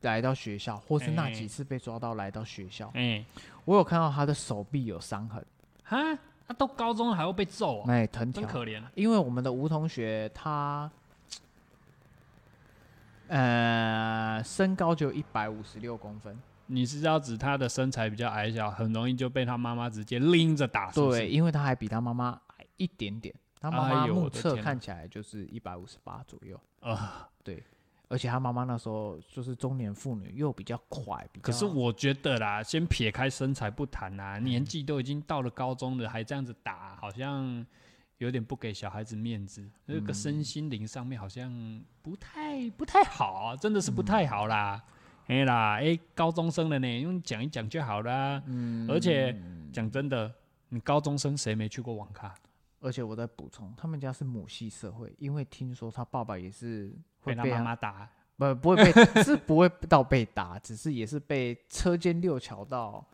Speaker 3: 来到学校，或是那
Speaker 2: 哎
Speaker 3: 几次被抓到来到学校，
Speaker 2: 哎，
Speaker 3: 我有看到他的手臂有伤痕，
Speaker 2: 哈，那哎啊到高中还会被揍啊，
Speaker 3: 哎，藤
Speaker 2: 真
Speaker 3: 条，
Speaker 2: 可怜。
Speaker 3: 因为我们的吴同学他。呃，身高就一百五十六公分，
Speaker 2: 你是要指他的身材比较矮小，很容易就被他妈妈直接拎着打，是不是
Speaker 3: 对，，因为他还比他妈妈矮一点点，他妈
Speaker 2: 哎
Speaker 3: 妈
Speaker 2: 呦我
Speaker 3: 目
Speaker 2: 的
Speaker 3: 测
Speaker 2: 天哪
Speaker 3: 看起来就是一百五十八左右，
Speaker 2: 啊。
Speaker 3: 而且他妈妈那时候就是中年妇女，又比较快，比较
Speaker 2: 可是我觉得啦，先撇开身材不谈啦，
Speaker 3: 嗯
Speaker 2: 年纪都已经到了高中了，还这样子打，好像有点不给小孩子面子。那个身心灵上面好像不太不太好啊，真的是不太好啦。
Speaker 3: 嗯
Speaker 2: 哎、啦，哎、高中生了呢，用讲一讲就好啦。嗯，而且讲真的，你高中生谁没去过网咖？
Speaker 3: 而且我在补充，他们家是母系社会，因为听说他爸爸也是会
Speaker 2: 被他
Speaker 3: 被啊
Speaker 2: 妈
Speaker 3: 他
Speaker 2: 妈打，
Speaker 3: 不不会被是不会到被打，只是也是被车间六桥到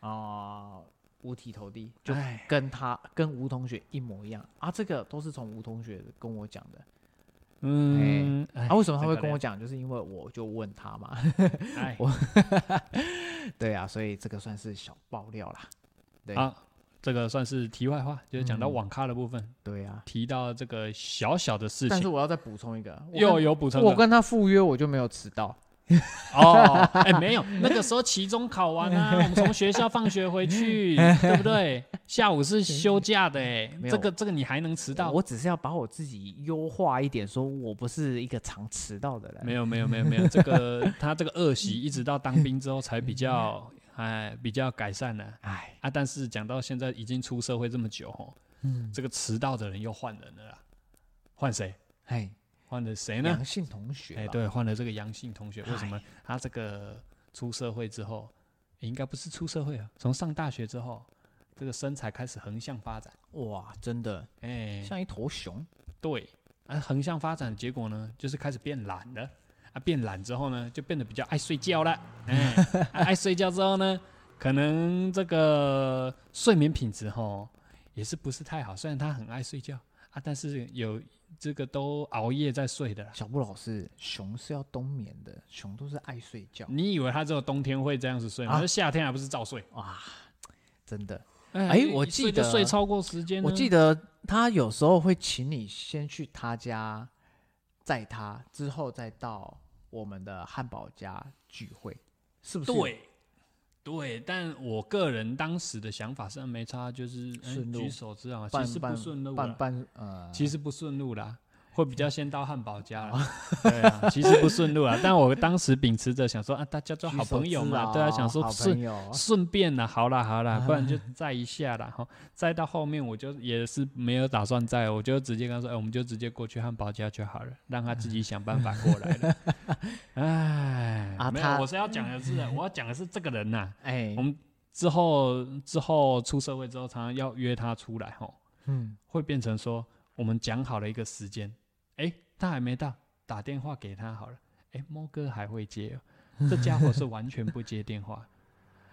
Speaker 3: 啊、五体投地，就
Speaker 2: 哎
Speaker 3: 跟他跟吴同学一模一样啊，这个都是从吴同学跟我讲的。
Speaker 2: 嗯，哎
Speaker 3: 啊，为什么他
Speaker 2: 真
Speaker 3: 会
Speaker 2: 可
Speaker 3: 跟我
Speaker 2: 怜
Speaker 3: 讲？就是因为我就问他嘛，
Speaker 2: 哎
Speaker 3: 我对啊，所以这个算是小爆料啦。对
Speaker 2: 啊，这个算是题外话，就是讲到
Speaker 3: 嗯
Speaker 2: 网咖的部分。
Speaker 3: 对啊，
Speaker 2: 提到这个小小的事
Speaker 3: 但是
Speaker 2: 情，
Speaker 3: 我要再补充一个，我
Speaker 2: 又
Speaker 3: 跟
Speaker 2: 有补充
Speaker 3: 我
Speaker 2: 的
Speaker 3: 跟他赴约，我就没有迟到。
Speaker 2: 哦，哎，没有，那个时候期中考完啊， 我们从学校放学回去，对不对？下午是休假的，哎
Speaker 3: 没，有
Speaker 2: 这个这个你还能迟到？
Speaker 3: 我只是要把我自己优化一点，说我不是一个常迟到的人。
Speaker 2: 没有没有没有没有，这个他这个恶习一直到当兵之后才比较，哎，比较改善了
Speaker 3: 哎，
Speaker 2: 啊。但是讲到现在已经出社会这么久哦，
Speaker 3: 嗯
Speaker 2: 这个迟到的人又换人了啦，换谁？
Speaker 3: 哎，
Speaker 2: 换了谁呢？
Speaker 3: 杨姓同学吧，
Speaker 2: 哎，对，换了这个阳性同学，为什
Speaker 3: 哎
Speaker 2: 么他这个出社会之后，诶应该不是出社会啊，从上大学之后，这个身材开始横向发展，
Speaker 3: 哇，真的
Speaker 2: 哎，
Speaker 3: 像一头熊。
Speaker 2: 对，啊，横向发展的结果呢，就是开始变懒了，啊，变懒之后呢，就变得比较爱睡觉了，哎，啊爱睡觉之后呢，可能这个睡眠品质吼也是不是太好，虽然他很爱睡觉啊，但是有这个都熬夜在睡的啦。
Speaker 3: 小布老师，熊是要冬眠的，熊都是爱睡觉
Speaker 2: 你以为他只有冬天会这样子睡吗？
Speaker 3: 啊
Speaker 2: 那夏天还不是照睡？
Speaker 3: 哇，真的。
Speaker 2: 哎
Speaker 3: 哎我
Speaker 2: 一睡
Speaker 3: 记得
Speaker 2: 就睡超过时间呢，
Speaker 3: 我记得他有时候会请你先去他家载他，之后再到我们的汉堡家聚会，是不是？
Speaker 2: 对对，但我个人当时的想法是没差，就是哎
Speaker 3: 顺路
Speaker 2: 举手之劳，
Speaker 3: 半，
Speaker 2: 其实不
Speaker 3: 半
Speaker 2: 顺路
Speaker 3: 半
Speaker 2: 啦，
Speaker 3: 半呃，
Speaker 2: 其实不顺路啦。会比较先到汉堡家 啦，对啊，其实不顺路啊。但我当时秉持着想说啊，大家做好朋友嘛，对啊，想说
Speaker 3: 好
Speaker 2: 顺
Speaker 3: 朋友，
Speaker 2: 顺便啦，好啦好
Speaker 3: 哎
Speaker 2: 啦，不然就载一下啦。哈，载到后面我就也是没有打算载，我就直接跟他说，哎、我们就直接过去汉堡家就好了，让他自己想办法过来 了。哎，
Speaker 3: 啊
Speaker 2: 没
Speaker 3: 他
Speaker 2: 有，我是要讲的是，我要讲的是这个人呐、
Speaker 3: 哎
Speaker 2: 我，们之后之后出社会之后，常常要约他出来，吼，
Speaker 3: 嗯，
Speaker 2: 会变成说我们讲好了一个时间，哎、他还没到，打电话给他好了。哎、猫哥还会接、 哦，这家伙是完全不接电话。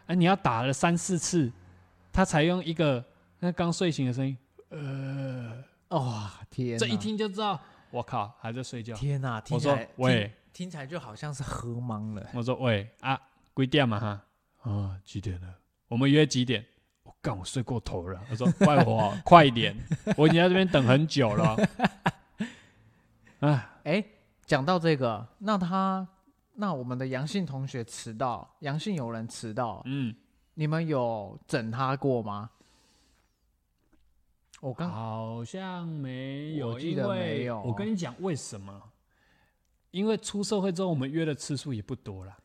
Speaker 2: 哎、你要打了三四次，他才用一个那刚睡醒的声音，呃，
Speaker 3: 哦，天哪，
Speaker 2: 这一听就知道，我靠，还在睡觉。
Speaker 3: 天哪，听
Speaker 2: 我
Speaker 3: 起
Speaker 2: 说
Speaker 3: 来听
Speaker 2: 喂，
Speaker 3: 听起来就好像是喝懵了。
Speaker 2: 我说喂啊，几点嘛哈？啊，几点了？我们约几点？我干，我睡过头了。我说怪我，快一点，我已经在这边等很久了。哎，
Speaker 3: 哎，讲到这个，那他那我们的阳性同学迟到，阳性有人迟到，
Speaker 2: 嗯，
Speaker 3: 你们有整他过吗？我
Speaker 2: 啊
Speaker 3: 刚
Speaker 2: 好像没有，
Speaker 3: 我记得
Speaker 2: 因为
Speaker 3: 没有
Speaker 2: 我跟你讲为什么？因为出社会之后，我们约的次数也不多了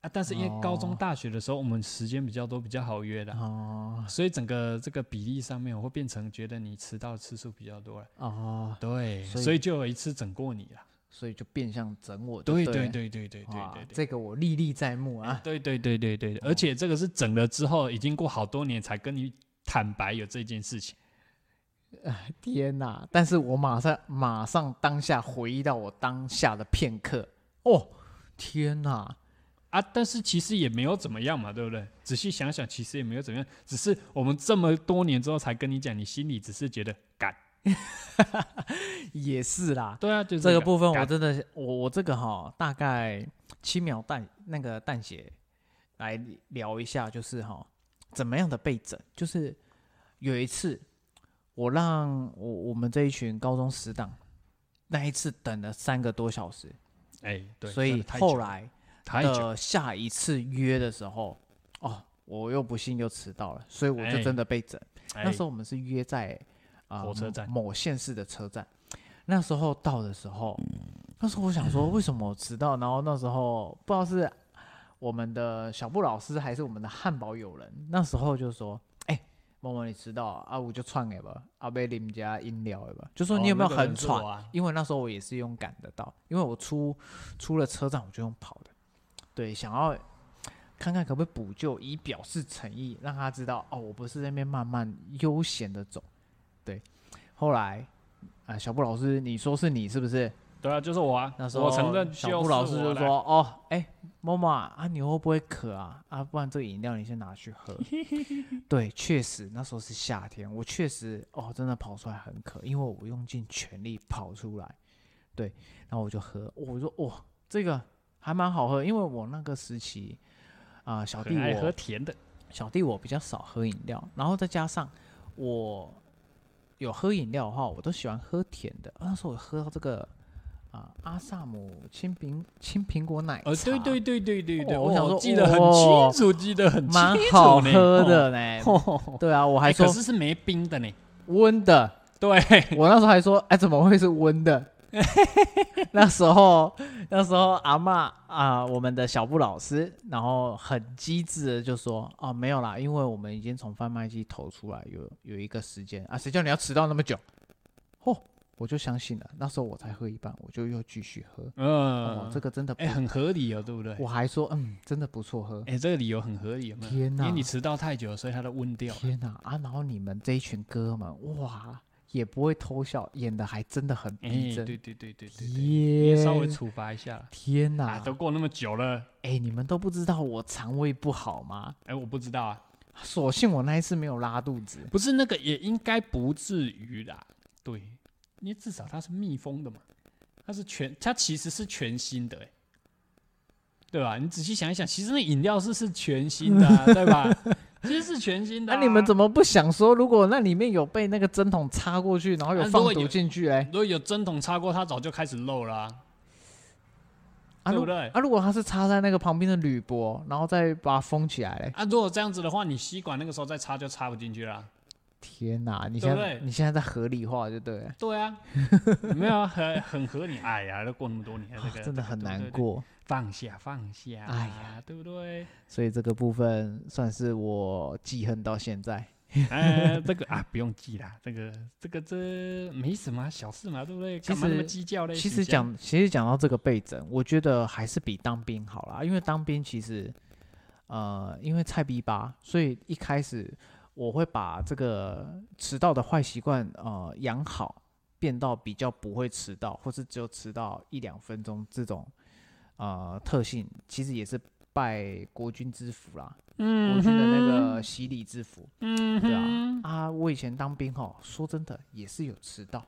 Speaker 2: 啊。但是因为高中、
Speaker 3: 哦
Speaker 2: 大学的时候，我们时间比较多，比较好约的，
Speaker 3: 哦
Speaker 2: 所以整个这个比例上面，我会变成觉得你迟到的次数比较多了。
Speaker 3: 哦，
Speaker 2: 对，
Speaker 3: 所以
Speaker 2: 所以就有一次整过你了。
Speaker 3: 所以就变相整我就
Speaker 2: 对
Speaker 3: 对
Speaker 2: 对
Speaker 3: 了
Speaker 2: 对对对对
Speaker 3: 哇
Speaker 2: 对对，
Speaker 3: 这个我历历在目 啊。
Speaker 2: 对对对对对，而且这个是整了之后，已经过好多年才跟你坦白有这件事情。
Speaker 3: 天哪、但是我马上马上当下回忆到我当下的片刻，哦，天哪、
Speaker 2: 啊，但是其实也没有怎么样嘛，对不对？仔细想想，其实也没有怎么样，只是我们这么多年之后才跟你讲，你心里只是觉得干。
Speaker 3: 也是啦。
Speaker 2: 对啊，就是
Speaker 3: 这个
Speaker 2: 干
Speaker 3: 部分我
Speaker 2: 干
Speaker 3: 真的是，我我这个哈，大概七秒淡那个淡血来聊一下，就是哈，怎么样的被整？就是有一次，我让我我们这一群高中死党那一次等了三个多小时，
Speaker 2: 哎，对，
Speaker 3: 所
Speaker 2: 真
Speaker 3: 以
Speaker 2: 的太久
Speaker 3: 后
Speaker 2: 了
Speaker 3: 来
Speaker 2: 太久了，
Speaker 3: 的下一次约的时候，哦，我又不幸又迟到了，所以我就
Speaker 2: 哎
Speaker 3: 真的被整。那
Speaker 2: 哎
Speaker 3: 时候我们是约在啊、呃
Speaker 2: 火车
Speaker 3: 某
Speaker 2: 站
Speaker 3: 某县市的车站。那时候到的时候，那时候我想说 为什么我迟到，然后那时候不知道是我们的小布老师还是我们的汉堡友人，那时候就说：“哎、某某你迟到啊，我就串给吧，啊阿贝你们家饮料给吧。”就说
Speaker 2: 哦
Speaker 3: 你有没有
Speaker 2: 那个人
Speaker 3: 很
Speaker 2: 是
Speaker 3: 喘？
Speaker 2: 我啊
Speaker 3: 因为那时候我也是用赶得到，因为我出出了车站我就用跑的，对，想要看看可不可以补救，以表示诚意，让他知道哦，我不是在那边慢慢悠闲的走。对，后来啊、小布老师，你说是你是不是？
Speaker 2: 对啊，就是我啊，
Speaker 3: 那时候
Speaker 2: 我承认就是
Speaker 3: 小布老师
Speaker 2: 我
Speaker 3: 就
Speaker 2: 啦
Speaker 3: 说：“哦，哎、妈妈啊，你会不会渴啊？啊，不然这个饮料你先拿去 喝。”对，确实那时候是夏天，我确实哦，真的跑出来很渴，因为我用尽全力跑出来。对，然后我就喝，哦我说哇、这个还蛮好喝，因为我那个时期啊、小弟
Speaker 2: 很爱
Speaker 3: 我
Speaker 2: 喝甜的，
Speaker 3: 小弟我比较少喝饮料，然后再加上我有喝饮料的话，我都喜欢喝甜的。那时候我喝到这个啊、阿萨姆青苹青苹果奶茶，
Speaker 2: 呃，对对对对对对，
Speaker 3: 哦我想说
Speaker 2: 记得很
Speaker 3: 哦
Speaker 2: 清楚，记得很清
Speaker 3: 蛮
Speaker 2: 楚，
Speaker 3: 好喝。 的呢。
Speaker 2: 哦
Speaker 3: 对啊，我还
Speaker 2: 哎可
Speaker 3: 说
Speaker 2: 是是没冰的呢。
Speaker 3: 温的，
Speaker 2: 对，
Speaker 3: 我那时候还说，哎，怎么会是温的？ 那时候，那时候阿嬷啊、我们的小布老师，然后很机智的就说，哦，没有啦，因为我们已经从贩卖机投出来，有有一个时间啊，谁叫你要迟到那么久？哦，我就相信了。那时候我才喝一半，我就又继续喝。哦，
Speaker 2: 嗯
Speaker 3: 这，个真的不，
Speaker 2: 哎，很合理哦，对不对？
Speaker 3: 我还说，嗯，真的不错喝。
Speaker 2: 哎、这个理由很合理，有没有？
Speaker 3: 天
Speaker 2: 因为
Speaker 3: 哪
Speaker 2: 你迟到太久了，所以它都温 掉了。
Speaker 3: 天哪啊！然后你们这一群哥们，哇，也不会偷笑，演的还真的很逼
Speaker 2: 哎、对
Speaker 3: 真。
Speaker 2: 对对对对对，
Speaker 3: 耶
Speaker 2: 也稍微处罚一下啦。
Speaker 3: 天哪、
Speaker 2: 啊，都过那么久了，
Speaker 3: 哎、你们都不知道我肠胃不好吗？
Speaker 2: 哎、我不知道啊，
Speaker 3: 所幸我那一次没有拉肚子。
Speaker 2: 不是那个也应该不至于啦。对，因为至少它是密封的嘛，它是全，它其实是全新的、哎，对吧？你仔细想一想，其实那饮料是是全新的、啊，对吧？其实是全新的、
Speaker 3: 那、
Speaker 2: 啊。
Speaker 3: 你们怎么不想说，如果那里面有被那个针筒插过去，然后
Speaker 2: 啊
Speaker 3: 有
Speaker 2: 如
Speaker 3: 放
Speaker 2: 果
Speaker 3: 毒
Speaker 2: 有
Speaker 3: 进去、欸？哎、
Speaker 2: 如果有针筒插过，它早就开始漏了、啊，
Speaker 3: 啊，
Speaker 2: 对
Speaker 3: 如
Speaker 2: 不对？
Speaker 3: 啊，如果它是插在那个旁边的铝箔，然后再把它封起来、哎嘞，
Speaker 2: 啊，如果这样子的话，你吸管那个时候再插就插不进去啦、
Speaker 3: 天哪！你
Speaker 2: 对
Speaker 3: 现
Speaker 2: 不
Speaker 3: 在
Speaker 2: 对
Speaker 3: 你现在在合理化，就对了，
Speaker 2: 对 啊，没有啊，很很合理。哎呀，都过那么多年，这
Speaker 3: 啊
Speaker 2: 个
Speaker 3: 真的很
Speaker 2: 这个对
Speaker 3: 难
Speaker 2: 对对
Speaker 3: 过。
Speaker 2: 放下，放下。
Speaker 3: 哎
Speaker 2: 哎
Speaker 3: 呀
Speaker 2: 呀，对不对？
Speaker 3: 所以这个部分算是我记恨到现在。
Speaker 2: 哎，这个啊，不用记啦，这个这个这没什么啊小事嘛，对不对？
Speaker 3: 其
Speaker 2: 干嘛那么
Speaker 3: 实
Speaker 2: 计较嘞？
Speaker 3: 其实
Speaker 2: 是这样
Speaker 3: 讲，其实讲到这个被整，我觉得还是比当兵好啦，因为当兵其实，呃，因为菜逼吧，所以一开始我会把这个迟到的坏习惯呃养好，变到比较不会迟到，或是只有迟到一两分钟这种呃特性，其实也是拜国军之福啦，国
Speaker 2: 嗯
Speaker 3: 军的那个洗礼之福。
Speaker 2: 嗯
Speaker 3: 对啊，啊，我以前当兵哈，说真的也是有迟到。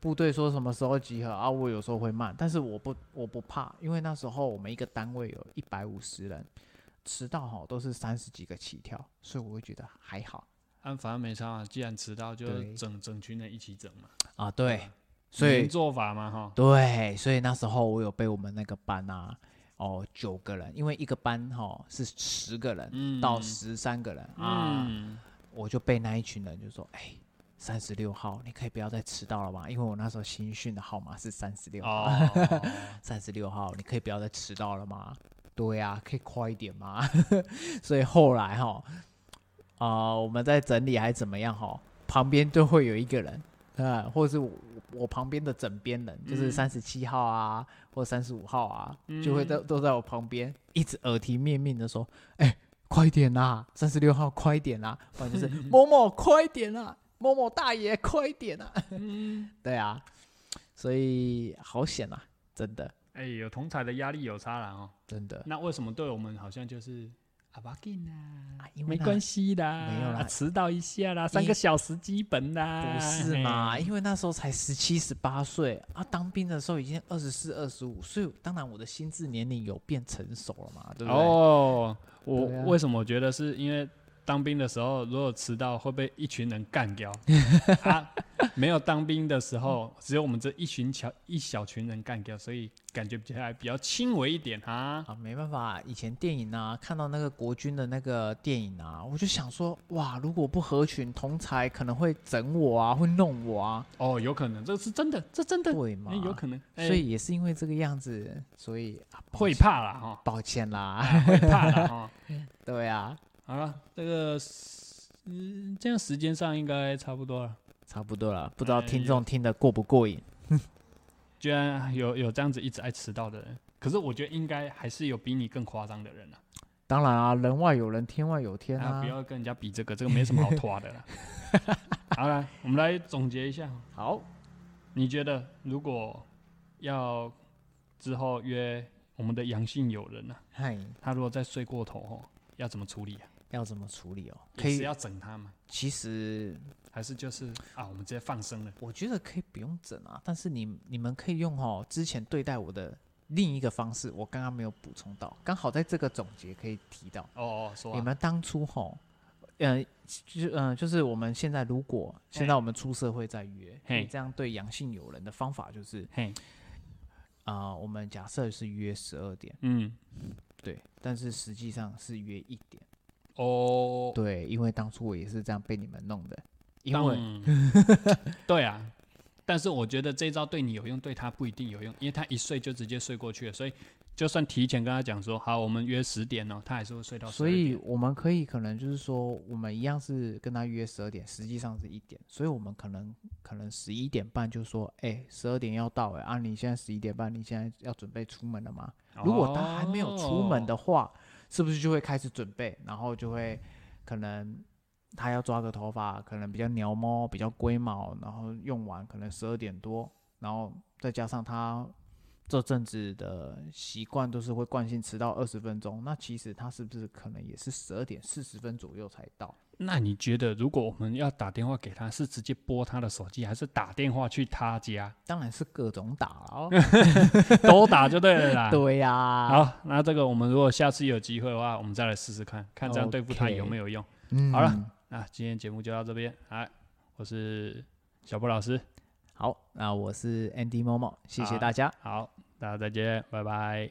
Speaker 3: 部队说什么时候集合啊？我有时候会慢，但是我不我不怕，因为那时候我们一个单位有一百五十人，迟到哈都是三十几个起跳，所以我会觉得还好
Speaker 2: 啊，反正没差啊，既然迟到就
Speaker 3: 对
Speaker 2: 整整群人一起整嘛，
Speaker 3: 啊。对
Speaker 2: 吧，
Speaker 3: 所以
Speaker 2: 你做法嘛哈，
Speaker 3: 对，所以那时候我有被我们那个班啊，哦九个人，因为一个班哈是十个人
Speaker 2: 嗯，
Speaker 3: 到十三个人啊，
Speaker 2: 嗯，
Speaker 3: 我就被那一群人就说：“哎、三十六号，你可以不要再迟到了吗？因为我那时候新训的号码是三十六号，
Speaker 2: 哦，
Speaker 3: 三十六号，你可以不要再迟到了吗？对呀、可以快一点吗？ 所以后来哈，啊、我们在整理还是怎么样哈，旁边就会有一个人，呃，或者是我我旁边的枕边人，就是
Speaker 2: 嗯
Speaker 3: 三十七号啊，或三十五号啊，就会
Speaker 2: 嗯
Speaker 3: 都都在我旁边，一直耳提面命的说，哎、快一点啦，三十六号快一点啦，不然就是 某某快一点啦，某某大爷快一点啦，
Speaker 2: 嗯，
Speaker 3: 对啊，所以好险啊，真的
Speaker 2: 哎，有同台的压力有差啦哦，
Speaker 3: 真的。
Speaker 2: 那为什么对我们好像就是啊，不要紧啦，
Speaker 3: 啊，因为
Speaker 2: 没
Speaker 3: 那
Speaker 2: 关系啦，
Speaker 3: 没有啦
Speaker 2: 啊迟到一下啦，三
Speaker 3: 因
Speaker 2: 个小时基本啦，
Speaker 3: 不是嘛？哎
Speaker 2: 嘿？
Speaker 3: 因为那时候才十七、十八岁啊，当兵的时候已经二十四、二十五，所以当然我的心智年龄有变成熟了嘛，对不对？
Speaker 2: 哦，我
Speaker 3: 对啊
Speaker 2: 为什么觉得是因为当兵的时候，如果迟到会被一群人 干掉啊？没有当兵的时候，只有我们这一群小一小群人干掉，所以感觉比较比较轻微一点哈。
Speaker 3: 啊，没办法，以前电影啊，看到那个国军的那个电影啊，我就想说，哇，如果不合群，同才可能会整我啊，会弄我啊，
Speaker 2: 哦，有可能，这是真的，这真的，
Speaker 3: 对嘛
Speaker 2: 哎？有可能，哎
Speaker 3: 所以也是因为这个样子，所以、啊、抱
Speaker 2: 会啊
Speaker 3: 歉
Speaker 2: 怕啦哈，
Speaker 3: 抱歉啦，
Speaker 2: 会怕啦哈。
Speaker 3: 对啊，
Speaker 2: 好了，这个嗯，这样时间上应该差不多了。
Speaker 3: 差不多了，不知道
Speaker 2: 哎
Speaker 3: 听众听得过不过瘾？
Speaker 2: 居然有有这样子一直爱迟到的人，可是我觉得应该还是有比你更夸张的人啊。
Speaker 3: 当然啊，人外有人，天外有天
Speaker 2: 啊，不要跟人家比这个，这个没什么好拖 的啦。好了，我们来总结一下，
Speaker 3: 好，
Speaker 2: 你觉得如果要之后约我们的阳性友人呢、啊，
Speaker 3: 嗨。
Speaker 2: 他如果再睡过头哦，要怎么处理啊？
Speaker 3: 要怎么处理哦？
Speaker 2: 也
Speaker 3: 可
Speaker 2: 是
Speaker 3: 以，
Speaker 2: 要整他吗？
Speaker 3: 其实
Speaker 2: 还是就是啊，我们直接放生了？
Speaker 3: 我觉得可以不用整啊，但是你你们可以用哦之前对待我的另一个方式，我刚刚没有补充到，刚好在这个总结可以提到，
Speaker 2: 哦哦，说
Speaker 3: 你
Speaker 2: 啊，
Speaker 3: 们当初吼，呃，就嗯、呃，就是我们现在如果现在我们出社会再约，
Speaker 2: 嘿
Speaker 3: 你这样对阳性友人的方法就是
Speaker 2: 嘿，
Speaker 3: 啊、我们假设是约十二点，
Speaker 2: 嗯，
Speaker 3: 对，但是实际上是约一点，
Speaker 2: 哦，
Speaker 3: 对，因为当初我也是这样被你们弄的，因
Speaker 2: 当
Speaker 3: 为
Speaker 2: 对啊。但是我觉得这一招对你有用，对他不一定有用，因为他一睡就直接睡过去了，所以就算提前跟他讲说好，我们约十点哦，他还是会睡到12点。
Speaker 3: 所以我们可以可能就是说，我们一样是跟他约十二点，实际上是一点，所以我们可能可能十一点半就说，哎、1十二点要到哎、啊，你现在十一点半，你现在要准备出门了吗？如果他还没有出门的
Speaker 2: 哦，
Speaker 3: 话，是不是就会开始准备，然后就会可能他要抓个头发，可能比较鸟毛，比较龟毛，然后用完可能十二点多，然后再加上他这阵子的习惯都是会惯性迟到二十分钟，那其实他是不是可能也是十二点四十分左右才到？
Speaker 2: 那你觉得如果我们要打电话给他，是直接拨他的手机，还是打电话去他家，
Speaker 3: 当然是各种打了 哦，
Speaker 2: 都打就对了 啦。
Speaker 3: 对啊呀、
Speaker 2: 好，那这个我们如果下次有机会的话，我们再来试试看，看这样对付他
Speaker 3: OK
Speaker 2: 有没有用。
Speaker 3: 嗯
Speaker 2: 好了，那今天节目就到这边，哎，我是小波老师，
Speaker 3: 好，那我是 Andy 某某，谢谢
Speaker 2: 好
Speaker 3: 大家。
Speaker 2: 好，大家再见，拜拜。